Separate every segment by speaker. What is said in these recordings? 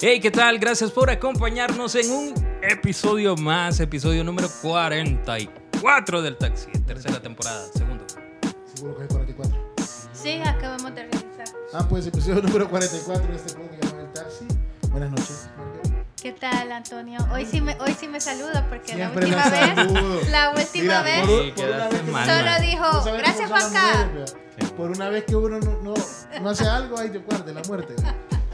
Speaker 1: Hey, ¿qué tal? Gracias por acompañarnos en un episodio más, episodio número 44 del Taxi, tercera temporada, segundo.
Speaker 2: Seguro que es 44.
Speaker 3: Sí, acabamos de realizar.
Speaker 2: Ah, pues episodio número 44 de este podcast llamado El Taxi. Buenas noches. Margaret.
Speaker 3: ¿Qué tal, Antonio? Hoy sí me, hoy sí me saluda porque
Speaker 2: Siempre
Speaker 3: la
Speaker 2: la
Speaker 3: última vez,
Speaker 2: saludo.
Speaker 3: la última
Speaker 2: Mira,
Speaker 3: vez,
Speaker 2: por un-
Speaker 1: Sí,
Speaker 2: por una
Speaker 1: quedaste
Speaker 2: vez que-
Speaker 1: mal,
Speaker 3: solo
Speaker 1: man.
Speaker 2: No
Speaker 3: dijo,
Speaker 2: sabemos
Speaker 3: gracias
Speaker 2: cómo son las
Speaker 3: Juanca.
Speaker 2: mujeres, vea. Por una vez que uno no, no, no hace algo, ahí te guarde la muerte.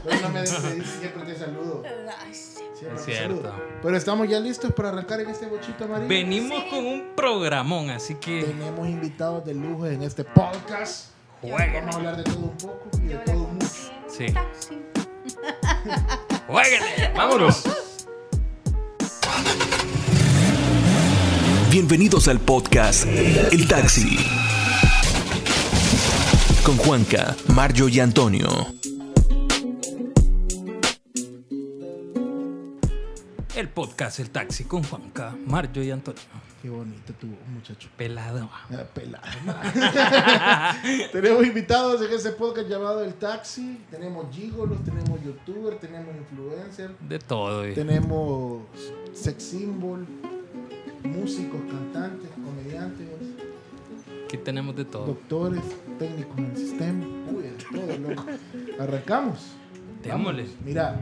Speaker 2: Pero no me despedí, siempre te saludo.
Speaker 3: Ay, sí.
Speaker 2: Siempre
Speaker 1: Es
Speaker 2: te
Speaker 1: cierto.
Speaker 2: saludo. Pero estamos ya listos para arrancar en este bochito amarillo.
Speaker 1: Venimos con un programón, así que
Speaker 2: Tenemos invitados de lujo en este podcast.
Speaker 1: jueguen,
Speaker 2: Vamos a hablar de todo un poco y de
Speaker 3: Yo la
Speaker 2: todo mucho.
Speaker 3: conocí en un
Speaker 1: Sí.
Speaker 3: taxi.
Speaker 1: jueguen. Vámonos.
Speaker 4: Bienvenidos al podcast El Taxi. Con Juanca, Mario y Antonio.
Speaker 1: El podcast El Taxi con Juanca, Mario y Antonio.
Speaker 2: Qué bonito tu muchacho.
Speaker 1: Pelado.
Speaker 2: Ah, Pelada. tenemos invitados en ese podcast llamado El Taxi. Tenemos gigolos, tenemos youtuber, tenemos influencer,
Speaker 1: De todo. eh.
Speaker 2: tenemos sex symbol, músicos, cantantes, comediantes,
Speaker 1: Aquí tenemos de todo.
Speaker 2: doctores, técnicos en el sistema. Uy, de todo, loco. Arrancamos.
Speaker 1: Démosle.
Speaker 2: Vamos, Mira.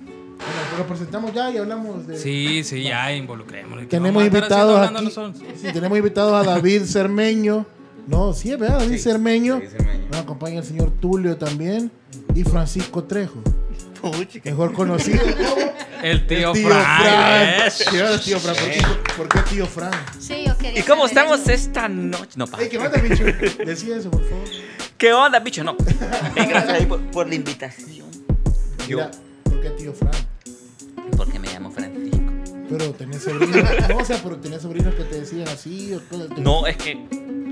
Speaker 2: Bueno, pues lo presentamos ya y hablamos de.
Speaker 1: Sí, sí, ya involucrémonos. que
Speaker 2: Tenemos
Speaker 1: vamos a estar haciendo
Speaker 2: invitados
Speaker 1: Ah, hablando
Speaker 2: aquí.
Speaker 1: nosotros.
Speaker 2: Sí, tenemos invitados a David Cermeño. No, sí, es verdad, David Cermeño.
Speaker 5: David Cermeño.
Speaker 2: Nos acompaña el señor Tulio también. Y Francisco Trejo. Mejor conocido como
Speaker 1: El tío,
Speaker 2: Tío
Speaker 1: Frank,
Speaker 2: Fran.
Speaker 1: eh.
Speaker 2: ¿Qué onda, tío Fran? ¿Por qué- ¿Por qué tío Fran?
Speaker 3: Sí, yo quería
Speaker 5: ¿Y cómo
Speaker 3: saber
Speaker 5: estamos
Speaker 3: eso.
Speaker 5: esta noche? No, pa.
Speaker 2: Ey, ¿qué manda, bicho? Decía eso, por favor.
Speaker 5: ¿Qué onda, bicho? No. Eh, gracias ahí por, por la invitación.
Speaker 2: Mira, ¿por qué tío Fran?
Speaker 5: Porque me llamo Francisco.
Speaker 2: Pero tenés sobrinos. No, o sea, pero tenés sobrinos que te decían así o cosas.
Speaker 5: No, es que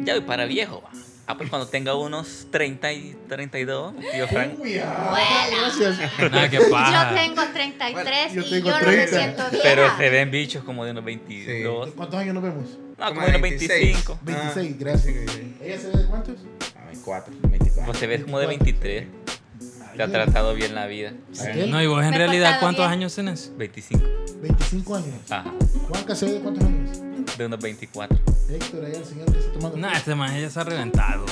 Speaker 5: ya voy para viejo, va. Ah, pues cuando tenga unos 30 y 32, tío Frank.
Speaker 2: Uy, ah, gracias.
Speaker 1: Nada, qué paja.
Speaker 3: Yo tengo 33
Speaker 2: Yo
Speaker 3: y
Speaker 2: tengo
Speaker 3: yo no me
Speaker 2: 30.
Speaker 3: siento vieja.
Speaker 5: Pero se ven bichos como de unos 22.
Speaker 2: ¿Cuántos años nos vemos?
Speaker 5: No, como de unos 25.
Speaker 2: 26, gracias. ¿Ella se ve de cuántos?
Speaker 6: A 24,
Speaker 5: Pues
Speaker 6: 24.
Speaker 5: te ves como de 23. Te ha tratado bien la vida.
Speaker 2: Aquel,
Speaker 1: No, y vos en
Speaker 3: Me he
Speaker 1: realidad,
Speaker 3: portado
Speaker 1: ¿cuántos
Speaker 3: bien.
Speaker 1: años tenés?
Speaker 5: 25.
Speaker 2: 25 años.
Speaker 5: Ajá.
Speaker 2: Juanca se ve de cuántos años.
Speaker 5: De unos 24.
Speaker 2: Héctor, ahí el señor que está tomando.
Speaker 1: No, este man ya se ha reventado.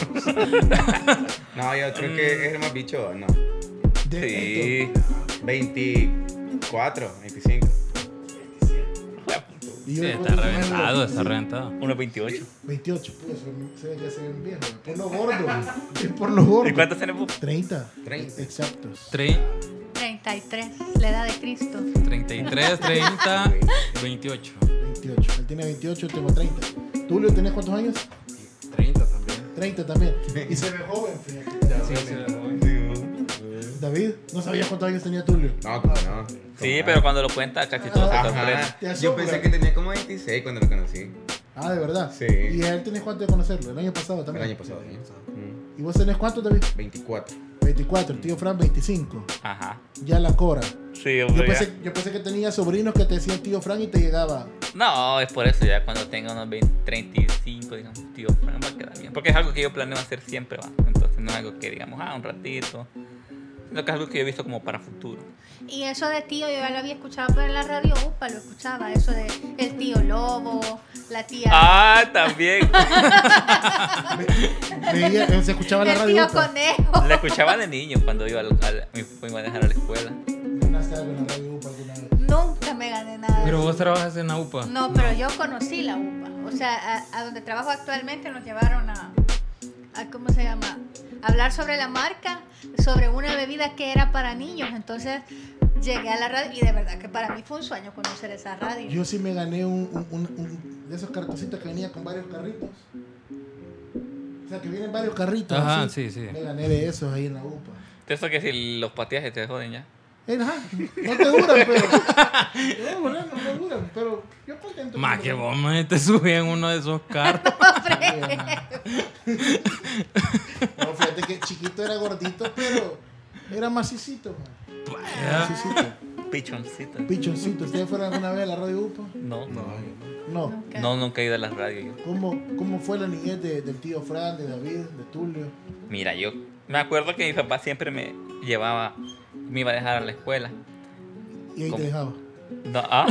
Speaker 6: No, yo creo que es el más bicho, no.
Speaker 2: De
Speaker 5: Sí.
Speaker 2: Héctor.
Speaker 6: 24, 25.
Speaker 2: Y yo
Speaker 1: Sí,
Speaker 2: le
Speaker 1: está
Speaker 2: pongo como
Speaker 1: reventado,
Speaker 2: algo,
Speaker 1: está reventado.
Speaker 5: Unos 28.
Speaker 2: 28, pues se ven- se ve que se ven viejos. Por lo gordo. Es por lo gordo.
Speaker 5: ¿Y cuántos tenemos?
Speaker 2: 30.
Speaker 6: 30.
Speaker 2: Exactos.
Speaker 1: Tre-
Speaker 3: 33, la edad de Cristo.
Speaker 1: 33, 30, 28.
Speaker 2: 28. Él tiene 28, yo tengo 30. ¿Tulio tenés cuántos años?
Speaker 1: 30 también.
Speaker 2: 30 también. Y se ve joven, fíjate. David, no sabías cuántos años tenía Tulio.
Speaker 6: No, como no.
Speaker 5: Sí,
Speaker 6: Como
Speaker 5: pero
Speaker 6: no.
Speaker 5: cuando lo cuenta, casi todo se sorprende.
Speaker 6: Ajá.
Speaker 2: Te
Speaker 6: Yo
Speaker 2: asombra.
Speaker 6: pensé que tenía como 26 cuando lo conocí.
Speaker 2: Ah, de verdad.
Speaker 6: Sí.
Speaker 2: Y a él tenés cuánto de conocerlo, el año pasado
Speaker 6: El
Speaker 2: también.
Speaker 6: año pasado. ¿eh? Mm,
Speaker 2: ¿Y vos tenés cuántos, David?
Speaker 6: 24.
Speaker 2: 24, el tío Fran 25.
Speaker 5: Ajá. pues
Speaker 2: Ya la cora.
Speaker 5: Sí,
Speaker 2: Yo
Speaker 5: hombre. ya.
Speaker 2: pensé, yo pensé que tenía sobrinos que te decían tío Fran y te llegaba.
Speaker 5: No, es por eso, ya cuando tenga unos 20, 35, digamos, tío, Fran, va a quedar bien. Porque es algo que yo planeo hacer siempre, va. Entonces no es algo que digamos, ah, un ratito. Sino que es algo que yo he visto como para futuro.
Speaker 3: Y eso de tío, yo ya lo había escuchado por la radio, upa, lo escuchaba. Eso de el tío lobo, la tía.
Speaker 5: Ah, también.
Speaker 2: Veía- eh, se escuchaba la
Speaker 3: el
Speaker 2: radio.
Speaker 3: tío
Speaker 2: Upa.
Speaker 3: conejo.
Speaker 5: La escuchaba de niño cuando iba, al- al- me fui- iba a dejar a la escuela.
Speaker 2: Ganaste algo en la radio Upa alguna vez.
Speaker 3: Nunca me gané nada.
Speaker 1: Pero vos trabajas en AUPA.
Speaker 3: No, pero yo conocí la UPA. O sea, a, a donde trabajo actualmente nos llevaron a, a, ¿cómo se llama? A hablar sobre la marca, sobre una bebida que era para niños. Entonces llegué a la radio y de verdad que para mí fue un sueño conocer esa radio.
Speaker 2: Yo sí me gané un, un- un- un- de esos cartoncitos que venía con varios carritos. O sea, que vienen varios carritos.
Speaker 1: Ajá,
Speaker 2: así.
Speaker 1: sí, sí.
Speaker 2: Me gané de esos ahí en la UPA.
Speaker 5: De eso que si los pateajes te joden ya.
Speaker 2: Eh, ajá, no te duran, pero. No, no, no te duran, pero yo contento.
Speaker 1: Más que vos, man, te subí este en uno de esos carros.
Speaker 2: No, fíjate que chiquito era gordito, pero era macicito, man.
Speaker 1: Vaya.
Speaker 2: Macicito.
Speaker 5: Pichoncito.
Speaker 2: Pichoncito. ¿Ustedes fueron alguna vez a la radio UPA?
Speaker 5: No, no.
Speaker 2: No.
Speaker 5: No, nunca he ido a la radio yo.
Speaker 2: ¿Cómo, cómo fue la niñez de- del tío Fran, de David, de Tulio?
Speaker 5: Mira, yo me acuerdo que mi papá siempre me llevaba me iba a dejar a la escuela.
Speaker 2: Y ahí te
Speaker 5: ¿Cómo?
Speaker 2: dejaba.
Speaker 5: No, ah.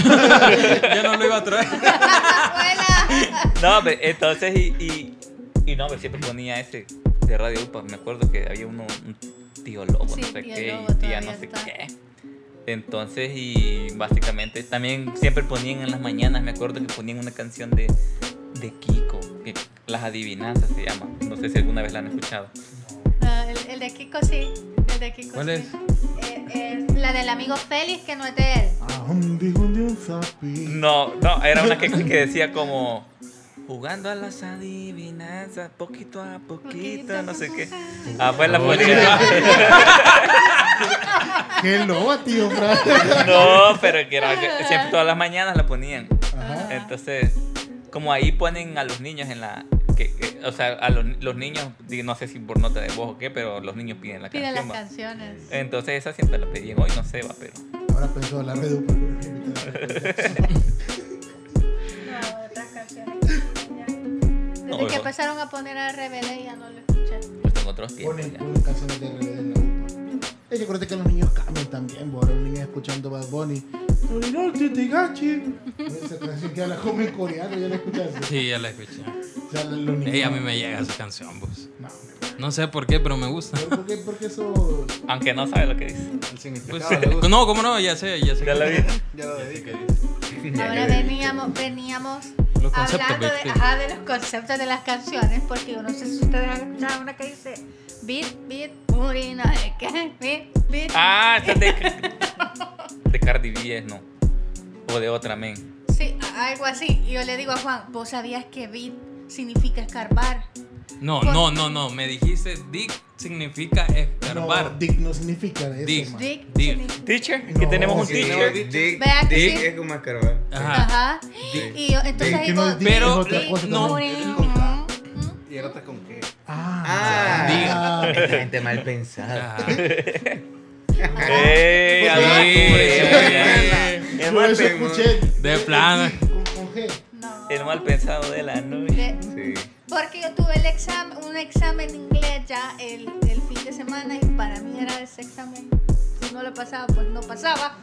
Speaker 1: Yo no lo iba a traer.
Speaker 3: Abuela.
Speaker 5: No, pero entonces y, y, y no, pero siempre ponía ese de Radio UPA. Me acuerdo que había uno, un tío lobo,
Speaker 3: Sí,
Speaker 5: no sé
Speaker 3: tío
Speaker 5: qué,
Speaker 3: lobo
Speaker 5: y tía
Speaker 3: todavía
Speaker 5: no sé
Speaker 3: está.
Speaker 5: qué. Entonces, y básicamente también siempre ponían en las mañanas, me acuerdo que ponían una canción de, de Kiko, que las adivinanzas se llama. No sé si alguna vez la han escuchado.
Speaker 3: Ah, el, el de Kiko sí. El de Kiko
Speaker 1: ¿Cuál
Speaker 3: sí.
Speaker 1: es?
Speaker 3: Eh, eh, la del amigo Félix, que no es de él.
Speaker 2: Ah, hundi, hundi, un zapi.
Speaker 5: No, no, era una que, que decía como jugando a las adivinanzas, poquito a poquito, no sé qué. Ah, pues la ponía.
Speaker 2: Qué loba, tío, Fran.
Speaker 5: No, pero que era, que siempre todas las mañanas la ponían.
Speaker 2: Ajá.
Speaker 5: Entonces, como ahí ponen a los niños en la... Que, que- o sea, a los, los niños, digo, no sé si por nota de voz o qué, pero los niños piden la
Speaker 3: Pide las
Speaker 5: canción. va.
Speaker 3: canciones.
Speaker 5: Entonces esa siempre la pedían. Hoy no sé, va, pero...
Speaker 2: Ahora pensó la red Upa, pero es invitada.
Speaker 3: No, otras canciones. que ya- Desde
Speaker 5: No,
Speaker 3: que
Speaker 5: oigo.
Speaker 3: empezaron a poner a RBD ya no lo escuché.
Speaker 5: Pues tengo otros tiempos
Speaker 2: Ponen
Speaker 5: ya.
Speaker 2: ponen canciones de RBD en la Upa. Es que acuérdate que los niños cambian también, bo. Ahora un niño escuchando Bad Bunny. "Torino, titigachi". Esa canción que la come en coreano, ya la escuchaste.
Speaker 1: Sí, ya la escuché.
Speaker 2: O sea, los niños.
Speaker 1: Ey, a mí me llega esa canción, vos.
Speaker 2: No,
Speaker 1: No sé por qué, pero me gusta.
Speaker 2: pero ¿por qué, por qué eso?
Speaker 5: Aunque no sabe lo que dice.
Speaker 7: El significado
Speaker 1: Pues,
Speaker 7: le gusta.
Speaker 1: no, cómo no, ya sé, ya sé.
Speaker 5: Ya la vi.
Speaker 7: Ya lo dediqué.
Speaker 3: Ahora veníamos, veníamos
Speaker 1: Los conceptos,
Speaker 3: hablando de,
Speaker 1: ¿viste?
Speaker 3: ajá, de los conceptos de las canciones, porque yo no sé si ustedes han escuchado una que dice beat, beat, booty, no sé qué, beat, beat.
Speaker 5: Ah, esta es de... De Cardi B, es, no. O de otra, men.
Speaker 3: Sí, a- algo así. Y yo le digo a Juan, ¿vos sabías que beat significa escarbar?
Speaker 1: No, no, no, no. Me dijiste dick significa escarbar.
Speaker 2: No, dick no significa eso.
Speaker 1: Dick.
Speaker 2: man.
Speaker 3: Dick,
Speaker 1: Dick.
Speaker 3: significa-
Speaker 5: Teacher, que
Speaker 2: No,
Speaker 5: tenemos un
Speaker 2: que
Speaker 5: teacher.
Speaker 7: tenemos-
Speaker 6: Dick,
Speaker 3: Vea que
Speaker 6: Dick
Speaker 3: sí.
Speaker 6: es como escarbar.
Speaker 1: Ajá.
Speaker 3: Ajá. Y yo, entonces
Speaker 2: Dick,
Speaker 3: ahí
Speaker 2: que no
Speaker 3: vos,
Speaker 2: es dick,
Speaker 1: Pero-
Speaker 2: es
Speaker 3: beat,
Speaker 2: otra cosa
Speaker 1: no.
Speaker 2: también.
Speaker 3: booty,
Speaker 7: con K.
Speaker 3: ujú, ujú.
Speaker 7: ¿Y ahora está con qué?
Speaker 6: Ah,
Speaker 2: Dick.
Speaker 6: esta gente mal pensada.
Speaker 1: Ajá.
Speaker 5: Eh. ¡Ey!
Speaker 2: Pues,
Speaker 5: hablaba
Speaker 1: sí,
Speaker 5: por
Speaker 1: Pues,
Speaker 5: ella.
Speaker 6: sí.
Speaker 5: El
Speaker 2: Yo
Speaker 5: mal
Speaker 2: eso
Speaker 5: pe-
Speaker 2: escuché.
Speaker 1: De plano.
Speaker 2: Con, con G.
Speaker 3: No.
Speaker 5: el mal pensado de la noche.
Speaker 3: De-
Speaker 6: Sí.
Speaker 3: Porque yo tuve el examen, un examen de inglés ya el, el fin de semana y para mí era ese examen. Si no lo pasaba, pues no pasaba.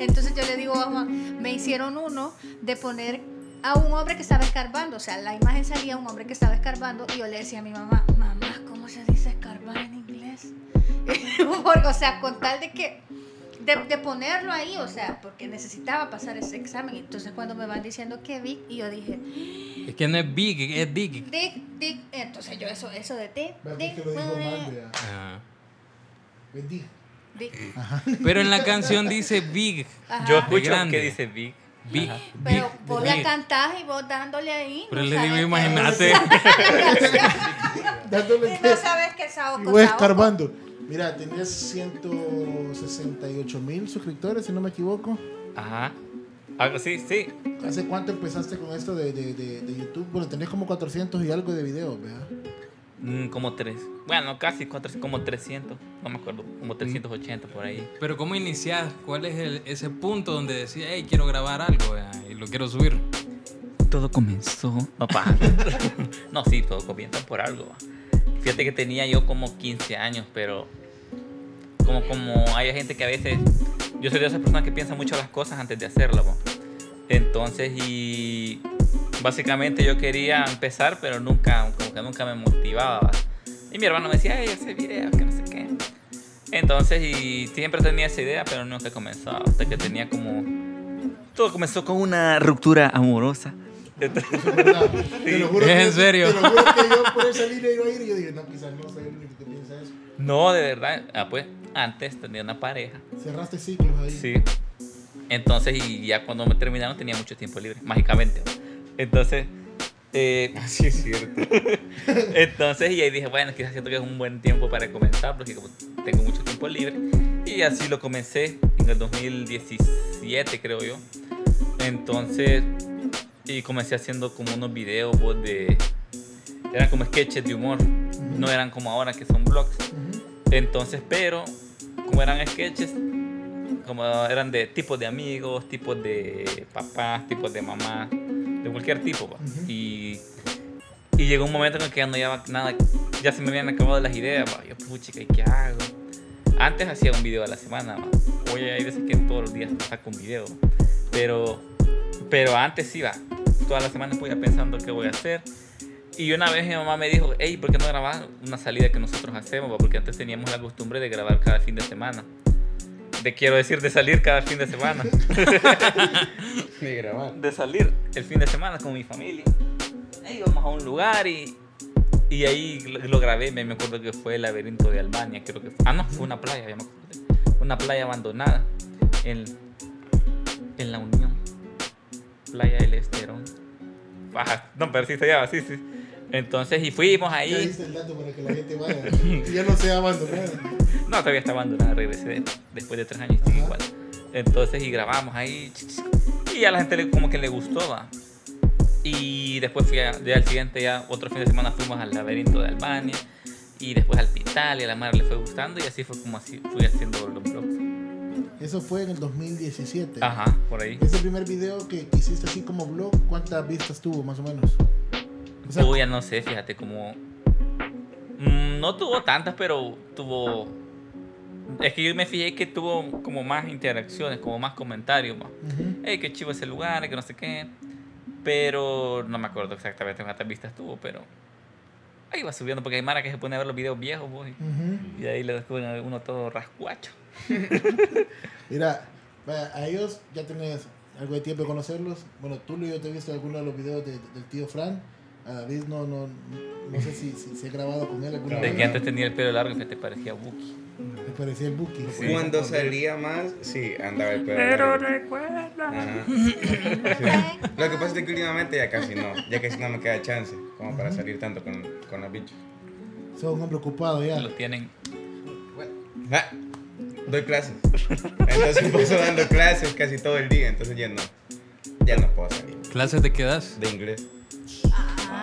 Speaker 3: Entonces yo le digo a Juan, me hicieron uno de poner a un hombre que estaba escarbando. O sea, la imagen salía un hombre que estaba escarbando y yo le decía a mi mamá, mamá, ¿cómo se dice escarbar en inglés? Porque, o sea, con tal de que... De, de ponerlo ahí, o sea, porque necesitaba pasar ese examen. Entonces cuando me van diciendo que vi, y yo dije,
Speaker 1: Es que no es big, es dick.
Speaker 3: Dick, dick, entonces yo eso, eso de ti,
Speaker 2: Vea,
Speaker 3: dick,
Speaker 2: que lo dijo ah, mal,
Speaker 3: dick,
Speaker 2: vea.
Speaker 1: Ajá.
Speaker 2: Es dick.
Speaker 5: Ah.
Speaker 3: dick.
Speaker 1: Pero en la canción dice big.
Speaker 3: Ajá.
Speaker 5: Yo escucho
Speaker 1: grande.
Speaker 5: que dice Big.
Speaker 1: Big.
Speaker 3: Pero
Speaker 1: big,
Speaker 3: vos la
Speaker 1: big.
Speaker 3: cantás y vos dándole ahí.
Speaker 1: Pero
Speaker 3: no
Speaker 1: le
Speaker 3: sabes
Speaker 1: digo,
Speaker 3: qué
Speaker 1: imagínate.
Speaker 2: Dándole
Speaker 3: es. Y no
Speaker 2: tres.
Speaker 3: sabes qué es saoco,
Speaker 2: Y voy
Speaker 3: saoco.
Speaker 2: escarbando. Mira, tenés 168 mil suscriptores, si no me equivoco.
Speaker 5: Ajá. Algo Ah, sí, sí.
Speaker 2: ¿Hace cuánto empezaste con esto de, de- de- de YouTube? Bueno, tenés como 400 y algo de videos, ¿verdad?
Speaker 5: Mm, como tres. Bueno, casi cuatro, como 300. No me acuerdo. Como 380 por ahí.
Speaker 1: Pero ¿cómo iniciás? ¿Cuál es el- ese punto donde decís, hey, quiero grabar algo vea, y lo quiero subir?
Speaker 5: Todo comenzó. No, pa. no, sí, todo comienza por algo. va. Fíjate que tenía yo como 15 años, pero como, como hay gente que a veces. Yo soy de esas personas que piensan mucho las cosas antes de hacerlas. va. Entonces, y. Básicamente yo quería empezar, pero nunca, como que nunca me motivaba. va. Y mi hermano me decía, ay, hace videos, que no sé qué. Entonces, y siempre tenía esa idea, pero nunca comenzaba. Hasta que tenía como. Todo comenzó con una ruptura amorosa.
Speaker 2: Eso es verdad. Te lo juro
Speaker 1: ¿Es
Speaker 2: que-
Speaker 1: en serio?
Speaker 2: Te lo juro que yo por esa línea iba a ir y yo dije, no, quizás no, soy el único que piensa eso.
Speaker 5: No, de verdad. Ah, pues antes tenía una pareja.
Speaker 2: Cerraste ciclos ahí.
Speaker 5: Sí. Entonces, y ya cuando me terminaron tenía mucho tiempo libre, mágicamente. Entonces, eh,
Speaker 6: Así Ah, es cierto.
Speaker 5: entonces y ahí dije, bueno, quizás siento que es un buen tiempo para comenzar, porque como tengo mucho tiempo libre. Y así lo comencé en el 2017, creo yo. Entonces, y comencé haciendo como unos videos vos, de... Eran como sketches de humor, no eran como ahora que son vlogs.
Speaker 2: Ujú.
Speaker 5: Entonces, pero como eran sketches, como eran de tipos de amigos, tipos de papás, tipos de mamás, de cualquier tipo. va.
Speaker 2: Ujú.
Speaker 5: y, y pues. llegó un momento en el que ya no llevaba nada, ya se me habían acabado las ideas. va. Yo, pucha, ¿qué qué hago? Antes hacía un video a la semana, ma. hoy hay veces que todos los días saco un video. pues. Pero, pero antes iba, todas las semanas voy pensando qué voy a hacer. Y una vez mi mamá me dijo, hey, ¿por qué no grabas una salida que nosotros hacemos? pa? Porque antes teníamos la costumbre de grabar cada fin de semana. De quiero decir, de salir cada fin de semana.
Speaker 6: Ni grabar.
Speaker 5: de salir el fin de semana con mi familia. Ahí íbamos a un lugar y, y ahí lo, lo grabé. Me me acuerdo que fue el laberinto de Albania, creo que fue. Ah, no, fue una playa, ya me acuerdo. Una playa abandonada en, en La Unión. Playa del Esterón. Ajá, no, pero sí se llama, sí, sí. Entonces, y fuimos
Speaker 2: Ya
Speaker 5: ahí.
Speaker 2: diste el dato para que la gente vaya. Y ya no sea pues. abandonada.
Speaker 5: No, todavía está abandonada, regresé de- después de tres años y sigue
Speaker 2: Ajá.
Speaker 5: igual. Entonces, y grabamos ahí. ch, ch, Y a la gente le- como que le gustó, va. Y después fui a- ya al siguiente, ya otro fin de semana fuimos al laberinto de Albania. Y después al Pital y a la madre le fue gustando. Y así fue como así fui haciendo los blogs.
Speaker 2: Eso fue en el 2017.
Speaker 5: Ajá, por ahí.
Speaker 2: Ese primer video que que hiciste así como blog, ¿cuántas vistas tuvo más o menos? O sea,
Speaker 5: Yo ya no sé, fíjate, como... mm, No tuvo tantas, pero tuvo... Es que yo me fijé que tuvo como más interacciones, como más comentarios, más.
Speaker 2: ujú.
Speaker 5: hey, qué chivo ese lugar, que no sé qué. Pero no me acuerdo exactamente cuántas vistas tuvo, pero ahí va subiendo porque hay Mara que se pone a ver los videos viejos, vos, y-
Speaker 2: Ujú.
Speaker 5: y de ahí le descubren uno todo rascuacho.
Speaker 2: Mira, vaya, a ellos ya tenés algo de tiempo de conocerlos. Bueno, tú y yo te he visto en alguno de los videos de- del tío Fran. A David no, no, no sé si, si, si he grabado con él alguna
Speaker 5: De
Speaker 2: vez.
Speaker 5: que antes tenía el pelo largo y que te parecía Buki.
Speaker 2: Me parecía el Buki.
Speaker 6: Cuando salía más, sí, andaba el pelo. Pero recuerda. Lo que pasa es que últimamente ya casi no, ya casi no me queda chance como para salir tanto con, con los bichos.
Speaker 2: Soy un hombre ocupado ya.
Speaker 5: Lo tienen.
Speaker 6: Ah, doy clases. Entonces paso dando clases casi todo el día, entonces ya no, ya no puedo salir
Speaker 1: ¿Clases te quedas?
Speaker 6: de inglés.
Speaker 3: Ah,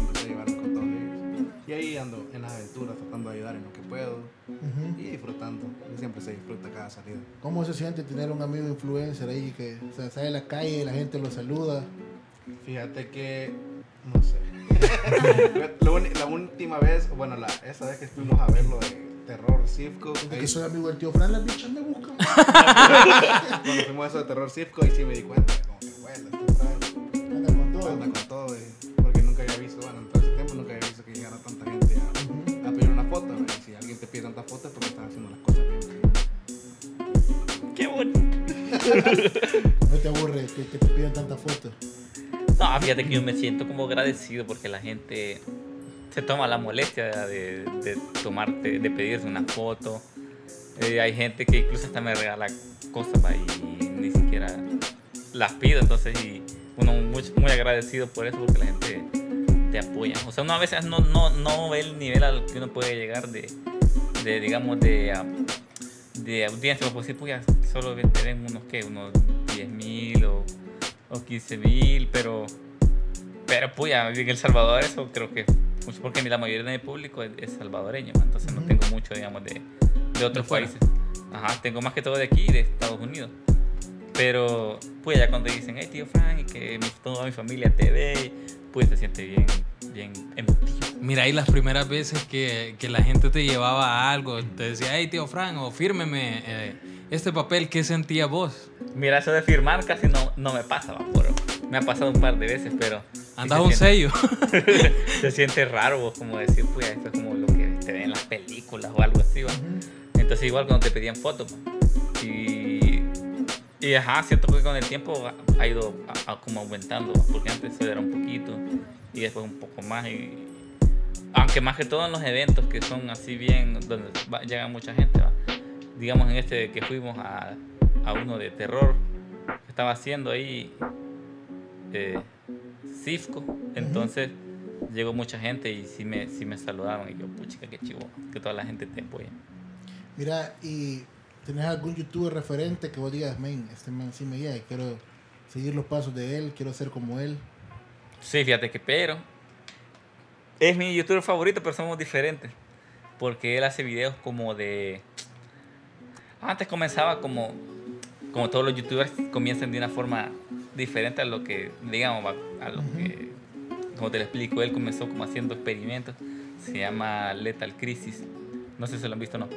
Speaker 7: empecé a llevarme con todos ellos. Y ahí ando en las aventuras, tratando de ayudar en lo que puedo
Speaker 2: Ujú.
Speaker 7: y disfrutando. Y siempre se disfruta cada salida.
Speaker 2: ¿Cómo se siente tener un amigo influencer ahí que o sea, sale a la calle, la gente lo saluda?
Speaker 7: Fíjate que, no sé. Lo uni- la última vez, o bueno, la, esa vez que fuimos a verlo de Terror Circo,
Speaker 2: Desde
Speaker 7: ahí,
Speaker 2: que soy amigo del tío Fran, las bichas me buscan.
Speaker 7: cuando fuimos a eso de Terror Circo, ahí sí me di cuenta, como que, bueno, este trae-
Speaker 2: Anda con todo.
Speaker 7: anda con todo, eh, porque nunca había visto, bueno, en todo ese tiempo nunca había visto que llegara tanta gente a, a pedir una foto. güey. Si alguien te pide tantas fotos es porque estás haciendo las cosas bien. güey.
Speaker 5: Qué bonito.
Speaker 2: No te aburre que, que te piden tantas fotos.
Speaker 5: No, fíjate que yo me siento como agradecido porque la gente se toma la molestia de, de tomarte, de pedirte una foto. Eh, hay gente que incluso hasta me regala cosas pa, y ni siquiera las pido. Entonces, y uno muy, muy agradecido por eso porque la gente te apoya. O sea, uno a veces no, no, no ve el nivel al que uno puede llegar de, de, digamos, de, ah, de audiencia. Pues sí, pues ya solo tienen unos, ¿qué? Unos 10 mil o o 15 mil, pero. Pero puya, en El Salvador eso creo que. pues, Porque la mayoría de mi público es, es salvadoreño, ma, entonces no
Speaker 2: Ujú.
Speaker 5: tengo mucho, digamos, de, de otros
Speaker 1: fuera.
Speaker 5: países. Ajá, tengo más que todo de aquí y de Estados Unidos. Pero, pues ya cuando dicen, hey tío Frank, y que mi- toda mi familia te ve, pues se siente bien, bien emotivo.
Speaker 1: mira, ahí las primeras veces que, que la gente te llevaba a algo, te decía, hey, tío Fran, o fírmeme eh, este papel, ¿qué sentías vos?
Speaker 5: Mira, eso de firmar casi no, no me pasa, va, pero me ha pasado un par de veces, pero. sí
Speaker 1: Andas
Speaker 5: se
Speaker 1: un
Speaker 5: siente-
Speaker 1: sello.
Speaker 5: se siente raro, vos, como decir, pues esto es como lo que te ven en las películas o algo así, va. Entonces, igual cuando te pedían fotos, ma. y, y ajá, siento que con el tiempo ha- ha ido a- a- como aumentando, va, porque antes eso era un poquito y después un poco más. Y, aunque más que todo en los eventos que son así bien, donde va- llega mucha gente, va. digamos en este que fuimos a, a uno de terror que estaba haciendo ahí. eh, Cifco, entonces llegó mucha gente y sí me, sí me saludaron y yo, puchica, qué chivo, que toda la gente te apoya.
Speaker 2: Mira, ¿y tenés algún youtuber referente que vos digas, men, este man sí me guía y quiero seguir los pasos de él, quiero ser como él?
Speaker 5: Sí, fíjate que pero Es mi youtuber favorito, pero somos diferentes. Porque él hace videos como de. Antes comenzaba como. Como todos los youtubers comienzan de una forma diferente a lo que, digamos, va- a lo que. Como te lo explico, él comenzó como haciendo experimentos. Se llama Lethal Crisis. No sé si lo han visto o no.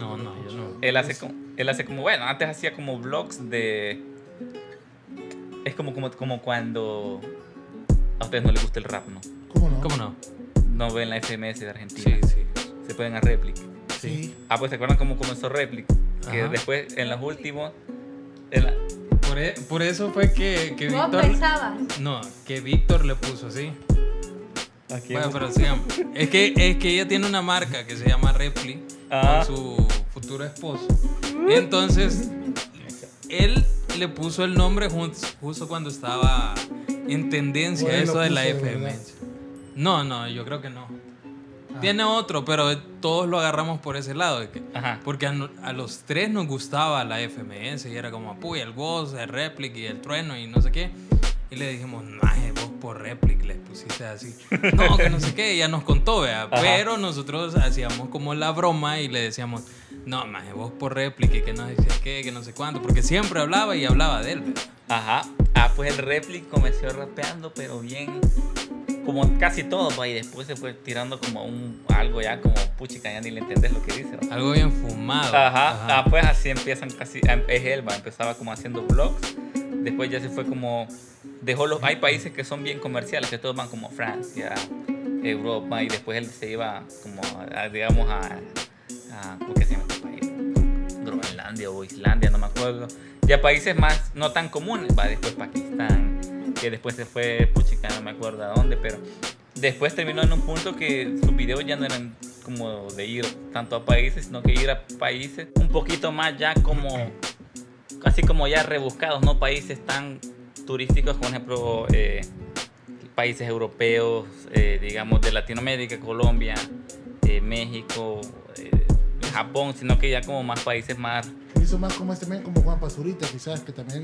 Speaker 1: No, no, yo no.
Speaker 5: Él hace como, él hace como bueno, antes hacía como vlogs de... Es como, como, como cuando... A ustedes no les gusta el rap, ¿no?
Speaker 2: ¿Cómo no?
Speaker 1: ¿Cómo no?
Speaker 5: No ven la FMS de Argentina.
Speaker 1: Sí, sí.
Speaker 5: Se pueden a Replic.
Speaker 2: Sí.
Speaker 5: Ah, pues se acuerdan cómo comenzó Replic. Que
Speaker 1: Ajá.
Speaker 5: después, en los últimos... en la-
Speaker 1: Por, e- por eso fue que, que
Speaker 3: Vos
Speaker 1: Víctor.
Speaker 3: pensabas.
Speaker 1: No, que Víctor le puso así. Bueno, pero sigamos. Es que, es que ella tiene una marca que se llama Repli
Speaker 5: Ah.
Speaker 1: con su futuro esposo. Entonces, él le puso el nombre jun- justo cuando estaba en tendencia
Speaker 2: O él lo
Speaker 1: eso de la
Speaker 2: puso, de
Speaker 1: FM.
Speaker 2: verdad.
Speaker 1: No, no, yo creo que no. Tiene otro, pero todos lo agarramos por ese lado. de que-
Speaker 5: Ajá.
Speaker 1: Porque a, no- a los tres nos gustaba la FMS y era como, puy, el voz, el Replic y el trueno y no sé qué. Y le dijimos, no, vos por Replic les pusiste así. No, que no sé qué, ella nos contó, vea.
Speaker 5: Ajá.
Speaker 1: Pero nosotros hacíamos como la broma y le decíamos, no, maje, vos por Replic y que no sé qué, que no sé cuánto. Porque siempre hablaba y hablaba de él, vea.
Speaker 5: Ajá. Ah, pues el Replic comenzó rapeando, pero bien. Como casi todo, pues, y después se fue tirando como un algo ya como puchica, ya ni le entendés lo que dice. ¿no?
Speaker 1: Algo bien fumado.
Speaker 5: Ajá, Ah, pues así empiezan casi, em- es Elba, empezaba como haciendo vlogs, después ya se fue como, dejó los, hay países que son bien comerciales, que todos van como Francia, Europa, y después él se iba como, a- digamos, a, a ¿cómo que se llama este país? Groenlandia o Islandia, no me acuerdo, ya países más, no tan comunes, va después Pakistán, que después se fue, puchica, no me acuerdo a dónde, pero después terminó en un punto que sus videos ya no eran como de ir tanto a países, sino que ir a países un poquito más ya como, casi como ya rebuscados, no países tan turísticos, como por ejemplo eh, países europeos, eh, digamos de Latinoamérica, Colombia, eh, México, eh, Japón, sino que ya como más países más...
Speaker 2: Hizo más como este men, como Juan Pazurita, quizás, que también.